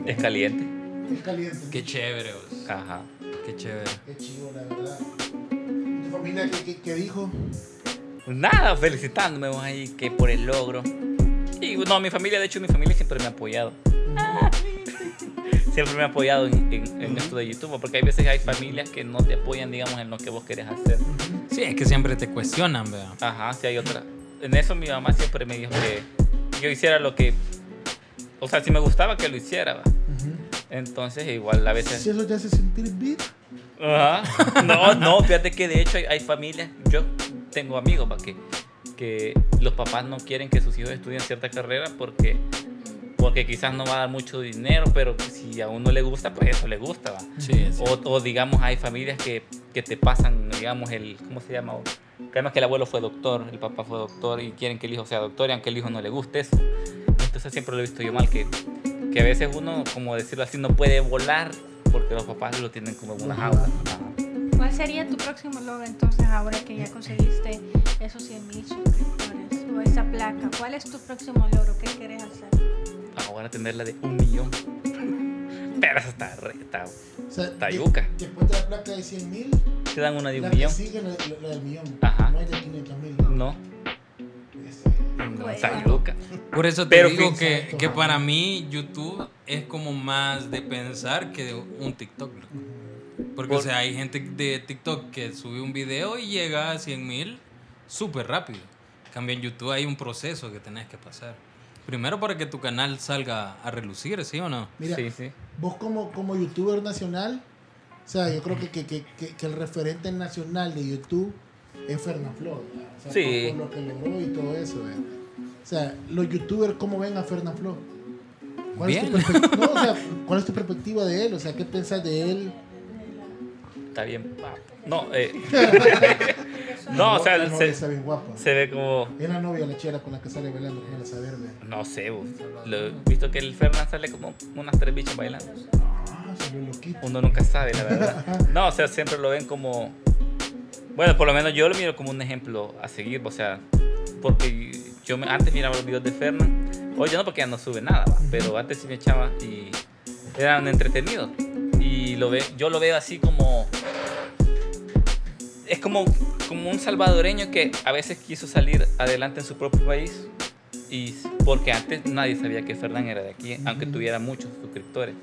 Speaker 5: Es caliente.
Speaker 2: De caliente.
Speaker 1: Qué chévere, vos.
Speaker 5: Ajá.
Speaker 1: Qué chévere.
Speaker 2: Qué chido, la verdad. ¿Tu familia qué, qué, qué dijo?
Speaker 5: Nada, felicitándome vos ahí que por el logro. Y no, mi familia, de hecho, mi familia siempre me ha apoyado. siempre me ha apoyado en, en- en esto de YouTube, porque hay veces hay familias que no te apoyan, digamos, en lo que vos querés hacer.
Speaker 1: Sí, es que siempre te cuestionan, vea.
Speaker 5: Ajá, sí hay otra. En eso mi mamá siempre me dijo que yo hiciera lo que. O sea, si me gustaba que lo hiciera, va. Entonces, igual a veces.
Speaker 2: Si eso te hace sentir bien.
Speaker 5: Ajá. No, no, fíjate que de hecho hay, hay familias, yo tengo amigos para que, que los papás no quieren que sus hijos estudien cierta carrera porque, porque quizás no va a dar mucho dinero, pero si a uno le gusta, pues eso le gusta. ¿va?
Speaker 1: Sí, es
Speaker 5: O, o digamos, hay familias que, que te pasan, digamos, el, ¿cómo se llama? Digamos que el abuelo fue doctor, el papá fue doctor y quieren que el hijo sea doctor y aunque el hijo no le guste eso. Entonces siempre lo he visto yo mal, que, que a veces uno, como decirlo así, no puede volar porque los papás lo tienen como en una jaula. Ajá.
Speaker 3: ¿Cuál sería tu próximo logro entonces ahora que ya conseguiste esos 100 mil suscriptores o esa placa? ¿Cuál es tu próximo logro? ¿Qué quieres hacer?
Speaker 5: Ah, Ahora tenerla de un millón. Pero eso está re, está-
Speaker 2: O sea, de-
Speaker 5: Tayuca.
Speaker 2: después de la placa de 100 mil,
Speaker 5: Te dan una de un
Speaker 2: la que
Speaker 5: millón.
Speaker 2: sigue la, la- la del millón.
Speaker 5: Ajá.
Speaker 2: No Este, es de 500 mil.
Speaker 5: No,
Speaker 3: Bueno.
Speaker 5: Tayuca.
Speaker 1: Por eso te
Speaker 5: Pero
Speaker 1: digo
Speaker 5: fin-
Speaker 1: que, que para mí YouTube es como más de pensar que de un TikTok. loco. Porque, o sea, hay gente de TikTok que sube un video y llega a 100 mil súper rápido. En cambio, en YouTube hay un proceso que tenés que pasar. Primero para que tu canal salga a relucir, ¿sí o no?
Speaker 2: Mira,
Speaker 5: Sí, sí.
Speaker 2: vos como, como youtuber nacional, o sea, yo creo que, que, que, que, que el referente nacional de YouTube es Fernanfloo. ¿verdad? O sea,
Speaker 5: Sí.
Speaker 2: Con, con lo que logró y todo eso. ¿verdad? O sea, los youtubers, ¿cómo ven a Fernanfloo? ¿Cuál, es tu
Speaker 1: Bien.
Speaker 2: perspec- no, o sea, ¿Cuál es tu perspectiva de él? O sea, ¿qué piensas de él?
Speaker 5: Está bien. pa. No, eh. no, o sea,
Speaker 2: La novia
Speaker 5: se,
Speaker 2: está bien guapa.
Speaker 5: se ve como.
Speaker 2: Es la novia lechera con la que sale bailando, con la saber, ¿verdad?
Speaker 5: No sé, vos. Lo he visto que el Fernan sale como unas tres bichas bailando.
Speaker 2: Ah, se ve loquito.
Speaker 5: Uno nunca sabe, la verdad. No, o sea, siempre lo ven como. Bueno, por lo menos yo lo miro como un ejemplo a seguir, o sea, porque yo me- antes miraba los videos de Fernan. Hoy ya no, porque ya no sube nada, va, pero antes sí me echaba y eran entretenidos. Y lo ve, yo lo veo así como. Es como, como un salvadoreño que a veces quiso salir adelante en su propio país. Y porque antes nadie sabía que Fernán era de aquí, aunque tuviera muchos suscriptores.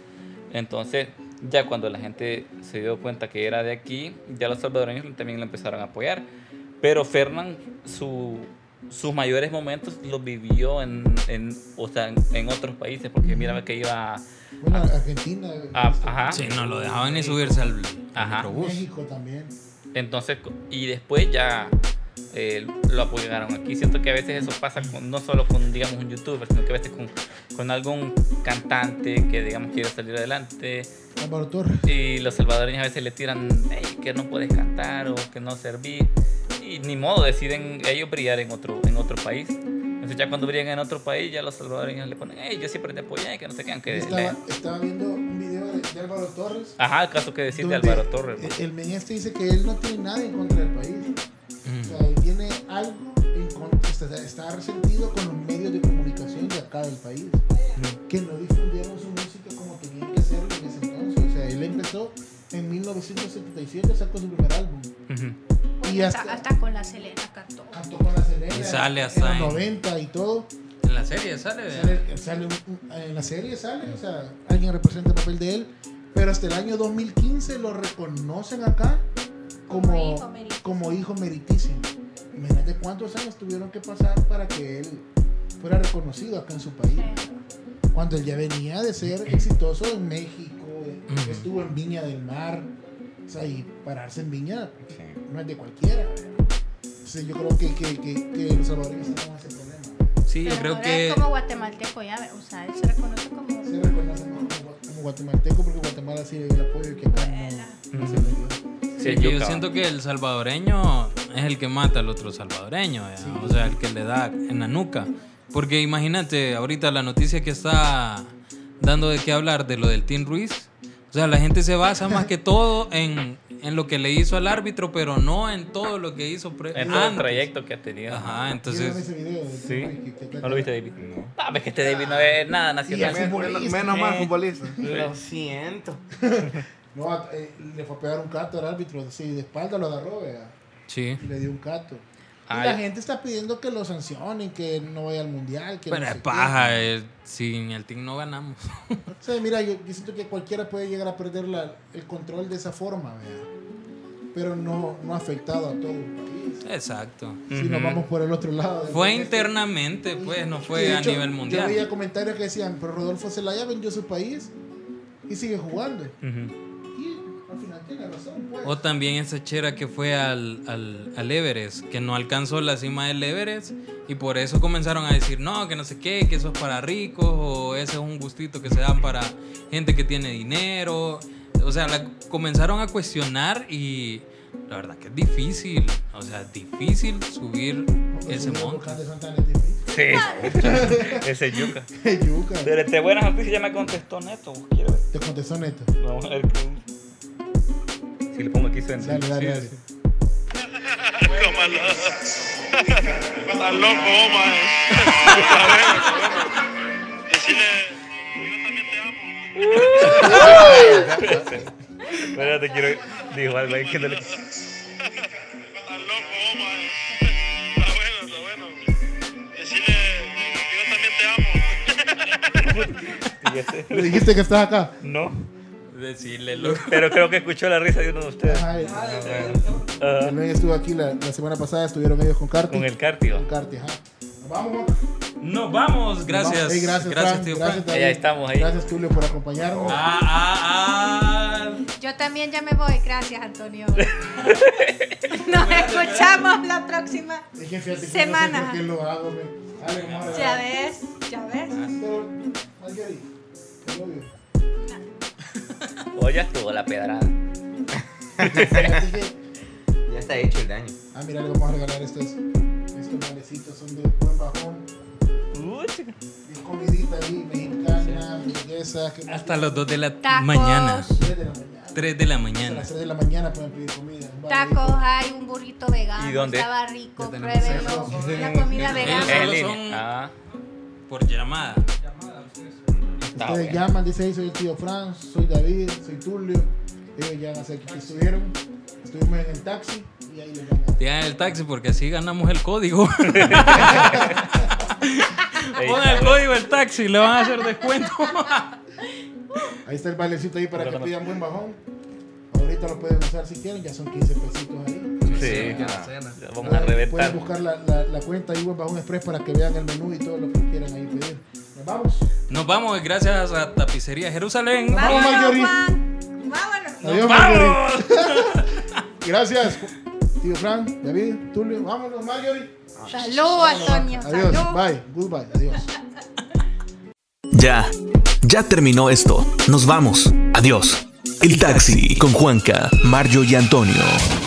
Speaker 5: Entonces, ya cuando la gente se dio cuenta que era de aquí, ya los salvadoreños también lo empezaron a apoyar. Pero Fernán, su- sus mayores momentos los vivió en, en, o sea, en- en otros países, porque mira que iba a,
Speaker 2: Bueno, Argentina.
Speaker 5: a-
Speaker 2: este,
Speaker 5: Ah, ajá.
Speaker 1: Sí, no lo dejaban ni subirse al, al
Speaker 5: Ajá.
Speaker 1: microbús.
Speaker 2: México también.
Speaker 5: Entonces, co- y después ya eh, lo apoyaron aquí. Siento que a veces eso pasa con- no solo con, digamos, un youtuber, sino que a veces con, con algún cantante que, digamos, quiere salir adelante.
Speaker 2: Álvaro Torres.
Speaker 5: Y los salvadoreños a veces le tiran, "Ey, que no puedes cantar o que no serví. Y ni modo, deciden ellos brillar en otro, en otro país. Entonces ya cuando brillan en otro país, ya los salvadoreños le ponen, hey, yo siempre te apoyé, que no sé qué, aunque...
Speaker 2: Estaba,
Speaker 5: le-
Speaker 2: estaba viendo un video de, de Álvaro Torres.
Speaker 5: Ajá, el caso que decís de
Speaker 2: donde
Speaker 5: Álvaro Torres. ¿no?
Speaker 2: El, el men este dice que él no tiene nada en contra del país.
Speaker 5: Mm.
Speaker 2: O sea, él tiene algo en contra. Está, está resentido con los medios de comunicación de acá del país.
Speaker 5: Mm.
Speaker 2: Que no difundieron su música como tenían que hacerlo en ese entonces. O sea, él empezó en 1977, sacó su primer álbum.
Speaker 5: Ujú.
Speaker 2: Y
Speaker 3: hasta,
Speaker 2: hasta-
Speaker 3: hasta con la Selena cantó.
Speaker 2: Cantó con la Selena.
Speaker 1: Y sale
Speaker 2: en
Speaker 1: hasta
Speaker 2: los
Speaker 1: en-
Speaker 2: 90 y todo.
Speaker 1: En la serie sale, ¿verdad?
Speaker 2: Sale, sale un- un- en la serie sale, o sea, alguien representa el papel de él, pero hasta el año 2015 lo reconocen acá como,
Speaker 3: Como hijo meritísimo.
Speaker 2: como hijo meritísimo. Imagínate cuántos años tuvieron que pasar para que él fuera reconocido acá en su país, cuando él ya venía de ser exitoso en México, eh,
Speaker 1: Ujú.
Speaker 2: estuvo en Viña del Mar, o sea, y pararse en Viña
Speaker 8: Sí.
Speaker 2: no es de cualquiera. Entonces yo creo que, que, que, que los salvadoreños tenemos ese problema.
Speaker 1: Sí, yo
Speaker 3: Pero
Speaker 1: creo
Speaker 3: ahora
Speaker 1: que.
Speaker 3: es como guatemalteco, ya, ve, o sea, él se reconoce como...
Speaker 2: se reconoce como, como guatemalteco porque Guatemala sí le dio el apoyo que acá no, no se le dio.
Speaker 5: Sí,
Speaker 1: yo
Speaker 5: yuca.
Speaker 1: siento que el salvadoreño es el que mata al otro salvadoreño, ¿ya? o sea, el que le da en la nuca. Porque imagínate, ahorita la noticia que está dando de qué hablar de lo del Team Ruiz, o sea, la gente se basa más que todo en, en lo que le hizo al árbitro, pero no en todo lo que hizo pre-
Speaker 5: En todo el
Speaker 1: antes.
Speaker 5: trayecto que ha tenido.
Speaker 1: Ajá,
Speaker 2: Vieron
Speaker 1: entonces...
Speaker 2: ese video del
Speaker 5: Sí.
Speaker 2: tipo que- que ataca-
Speaker 5: ¿No lo viste, David?
Speaker 8: No.
Speaker 5: Ah, es que este David no es nada nacional.
Speaker 2: Y el fútbol.
Speaker 7: Menos, menos mal futbolista.
Speaker 6: Lo siento.
Speaker 2: No, eh, le fue a pegar un cato al árbitro, así de espalda lo agarró, vea,
Speaker 1: Sí.
Speaker 2: y le dio un cato. Y
Speaker 5: Ay.
Speaker 2: la gente está pidiendo que lo sancionen, que no vaya al mundial, que
Speaker 1: Pero
Speaker 2: no
Speaker 1: es
Speaker 2: sé qué.
Speaker 1: paja, eh, sin el Team no ganamos.
Speaker 2: O sea, mira, yo, yo siento que cualquiera puede llegar a perder la- el control de esa forma, vea. Pero no, no ha afectado a todo el país.
Speaker 1: Exacto.
Speaker 2: Si nos vamos por el otro lado.
Speaker 1: Fue
Speaker 2: Entonces,
Speaker 1: internamente, pues, no
Speaker 2: Y
Speaker 1: fue
Speaker 2: de
Speaker 1: a
Speaker 2: hecho,
Speaker 1: nivel
Speaker 2: Yo
Speaker 1: mundial.
Speaker 2: veía comentarios que decían, pero Rodolfo Zelaya vendió su país y sigue jugando.
Speaker 5: Ujú.
Speaker 2: Y al final tiene razón, pues.
Speaker 1: O también esa chera que fue al, al, al Everest, que no alcanzó la cima del Everest y por eso comenzaron a decir, no, que no sé qué, que eso es para ricos o ese es un gustito que se dan para gente que tiene dinero. O sea, la- comenzaron a cuestionar y la verdad que es difícil, o sea, es difícil subir
Speaker 2: Porque
Speaker 1: ese
Speaker 2: subir el
Speaker 1: monte.
Speaker 2: volcán de Santana es difícil.
Speaker 5: Sí, ese es yuca.
Speaker 2: Yuca.
Speaker 5: Pero este buenas noticias ya me contestó Neto. vos, Quiero ver.
Speaker 2: Te contestó neto.
Speaker 5: Vamos a ver qué- Si le pongo aquí su
Speaker 2: Dale, dale, dale.
Speaker 10: Estás loco, oh, man. Decirle, yo también te amo.
Speaker 5: Espérate, quiero. Dijo algo ahí que no le.
Speaker 10: Estás loco, oh, man. Está bueno, está bueno. Decirle, yo también te amo.
Speaker 5: y ese-
Speaker 2: Le dijiste que estás acá.
Speaker 5: No.
Speaker 1: Decirle, loco.
Speaker 5: Pero creo que escuchó la risa de uno de ustedes.
Speaker 2: Ay,
Speaker 5: Ah,
Speaker 2: También estuvo aquí la, la semana pasada, estuvieron ellos con Carti.
Speaker 5: con el cártigo.
Speaker 2: Con Carti, ajá. Nos vamos, Juan.
Speaker 1: Nos vamos, gracias.
Speaker 2: Hey, gracias, Fran,
Speaker 1: tío
Speaker 2: gracias,
Speaker 1: Fran.
Speaker 2: David.
Speaker 5: Ahí estamos, ahí.
Speaker 2: Gracias, Tulio, por acompañarnos.
Speaker 1: Ah, ah, ah.
Speaker 3: Yo también ya me voy, gracias Antonio. Nos escuchamos la próxima.
Speaker 2: Es que fíjate que
Speaker 3: Semana.
Speaker 2: No sé por qué lo hago, me- Dale, vamos a
Speaker 3: Ya
Speaker 2: grabar.
Speaker 3: ves, ya ves.
Speaker 2: Pero, Marjorie, te odio.
Speaker 5: Hoy ya estuvo la pedrada.
Speaker 2: Fíjate que-
Speaker 8: Ya está hecho el daño.
Speaker 2: Ah, mira, le vamos a regalar estos, estos malecitos, son de buen bajón. De comidita ahí, mexicana, hamburguesas. que-
Speaker 1: Hasta las 2 de la
Speaker 3: Tacos.
Speaker 1: mañana.
Speaker 2: Tres de la mañana.
Speaker 1: 3 de la
Speaker 2: A
Speaker 1: mañana.
Speaker 2: las 3 de la mañana pueden pedir comida. en bar.
Speaker 3: Tacos, hay un burrito vegano.
Speaker 5: ¿Y dónde?
Speaker 3: Estaba rico,
Speaker 7: Ya tenemos
Speaker 3: pruébenlo.
Speaker 2: eso.
Speaker 3: La comida
Speaker 1: Ellos
Speaker 5: Eh,
Speaker 3: vegana.
Speaker 1: solo
Speaker 5: línea.
Speaker 1: son
Speaker 5: Ah,
Speaker 1: por llamada.
Speaker 5: está
Speaker 2: Ustedes
Speaker 5: bueno.
Speaker 2: llaman, dicen, "Hey, soy el tío Fran, soy David, soy Tulio. Ellos ya sé que estuvieron. Estuvimos en el taxi y ahí les van a...
Speaker 1: Digan el taxi porque así ganamos el código. Pon el código el taxi, le van a hacer descuento.
Speaker 2: Ahí está el bailecito ahí para que pidan buen bajón. Ahorita lo pueden usar si quieren, ya son 15 pesitos ahí.
Speaker 5: Sí,
Speaker 7: Ya la
Speaker 5: ah,
Speaker 7: cena.
Speaker 5: vamos a
Speaker 2: Pueden
Speaker 5: reventar.
Speaker 2: buscar la, la, la cuenta ahí, Buen Bajón Express, para que vean el menú y todo lo que quieran ahí pedir. Nos vamos.
Speaker 1: Nos vamos, gracias a Tapicería Jerusalén.
Speaker 5: pues,
Speaker 2: Vamos, Marjorie.
Speaker 3: Juan. Vámonos.
Speaker 2: Adiós, Marjorie. Gracias, tío Fran, David, Tulio. Vámonos, Marjorie.
Speaker 3: Salud, Antonio.
Speaker 2: Adiós.
Speaker 3: Salud.
Speaker 2: Bye. Goodbye. Adiós.
Speaker 4: Ya, ya terminó esto. Nos vamos. Adiós. El taxi con Juanca, Mario y Antonio.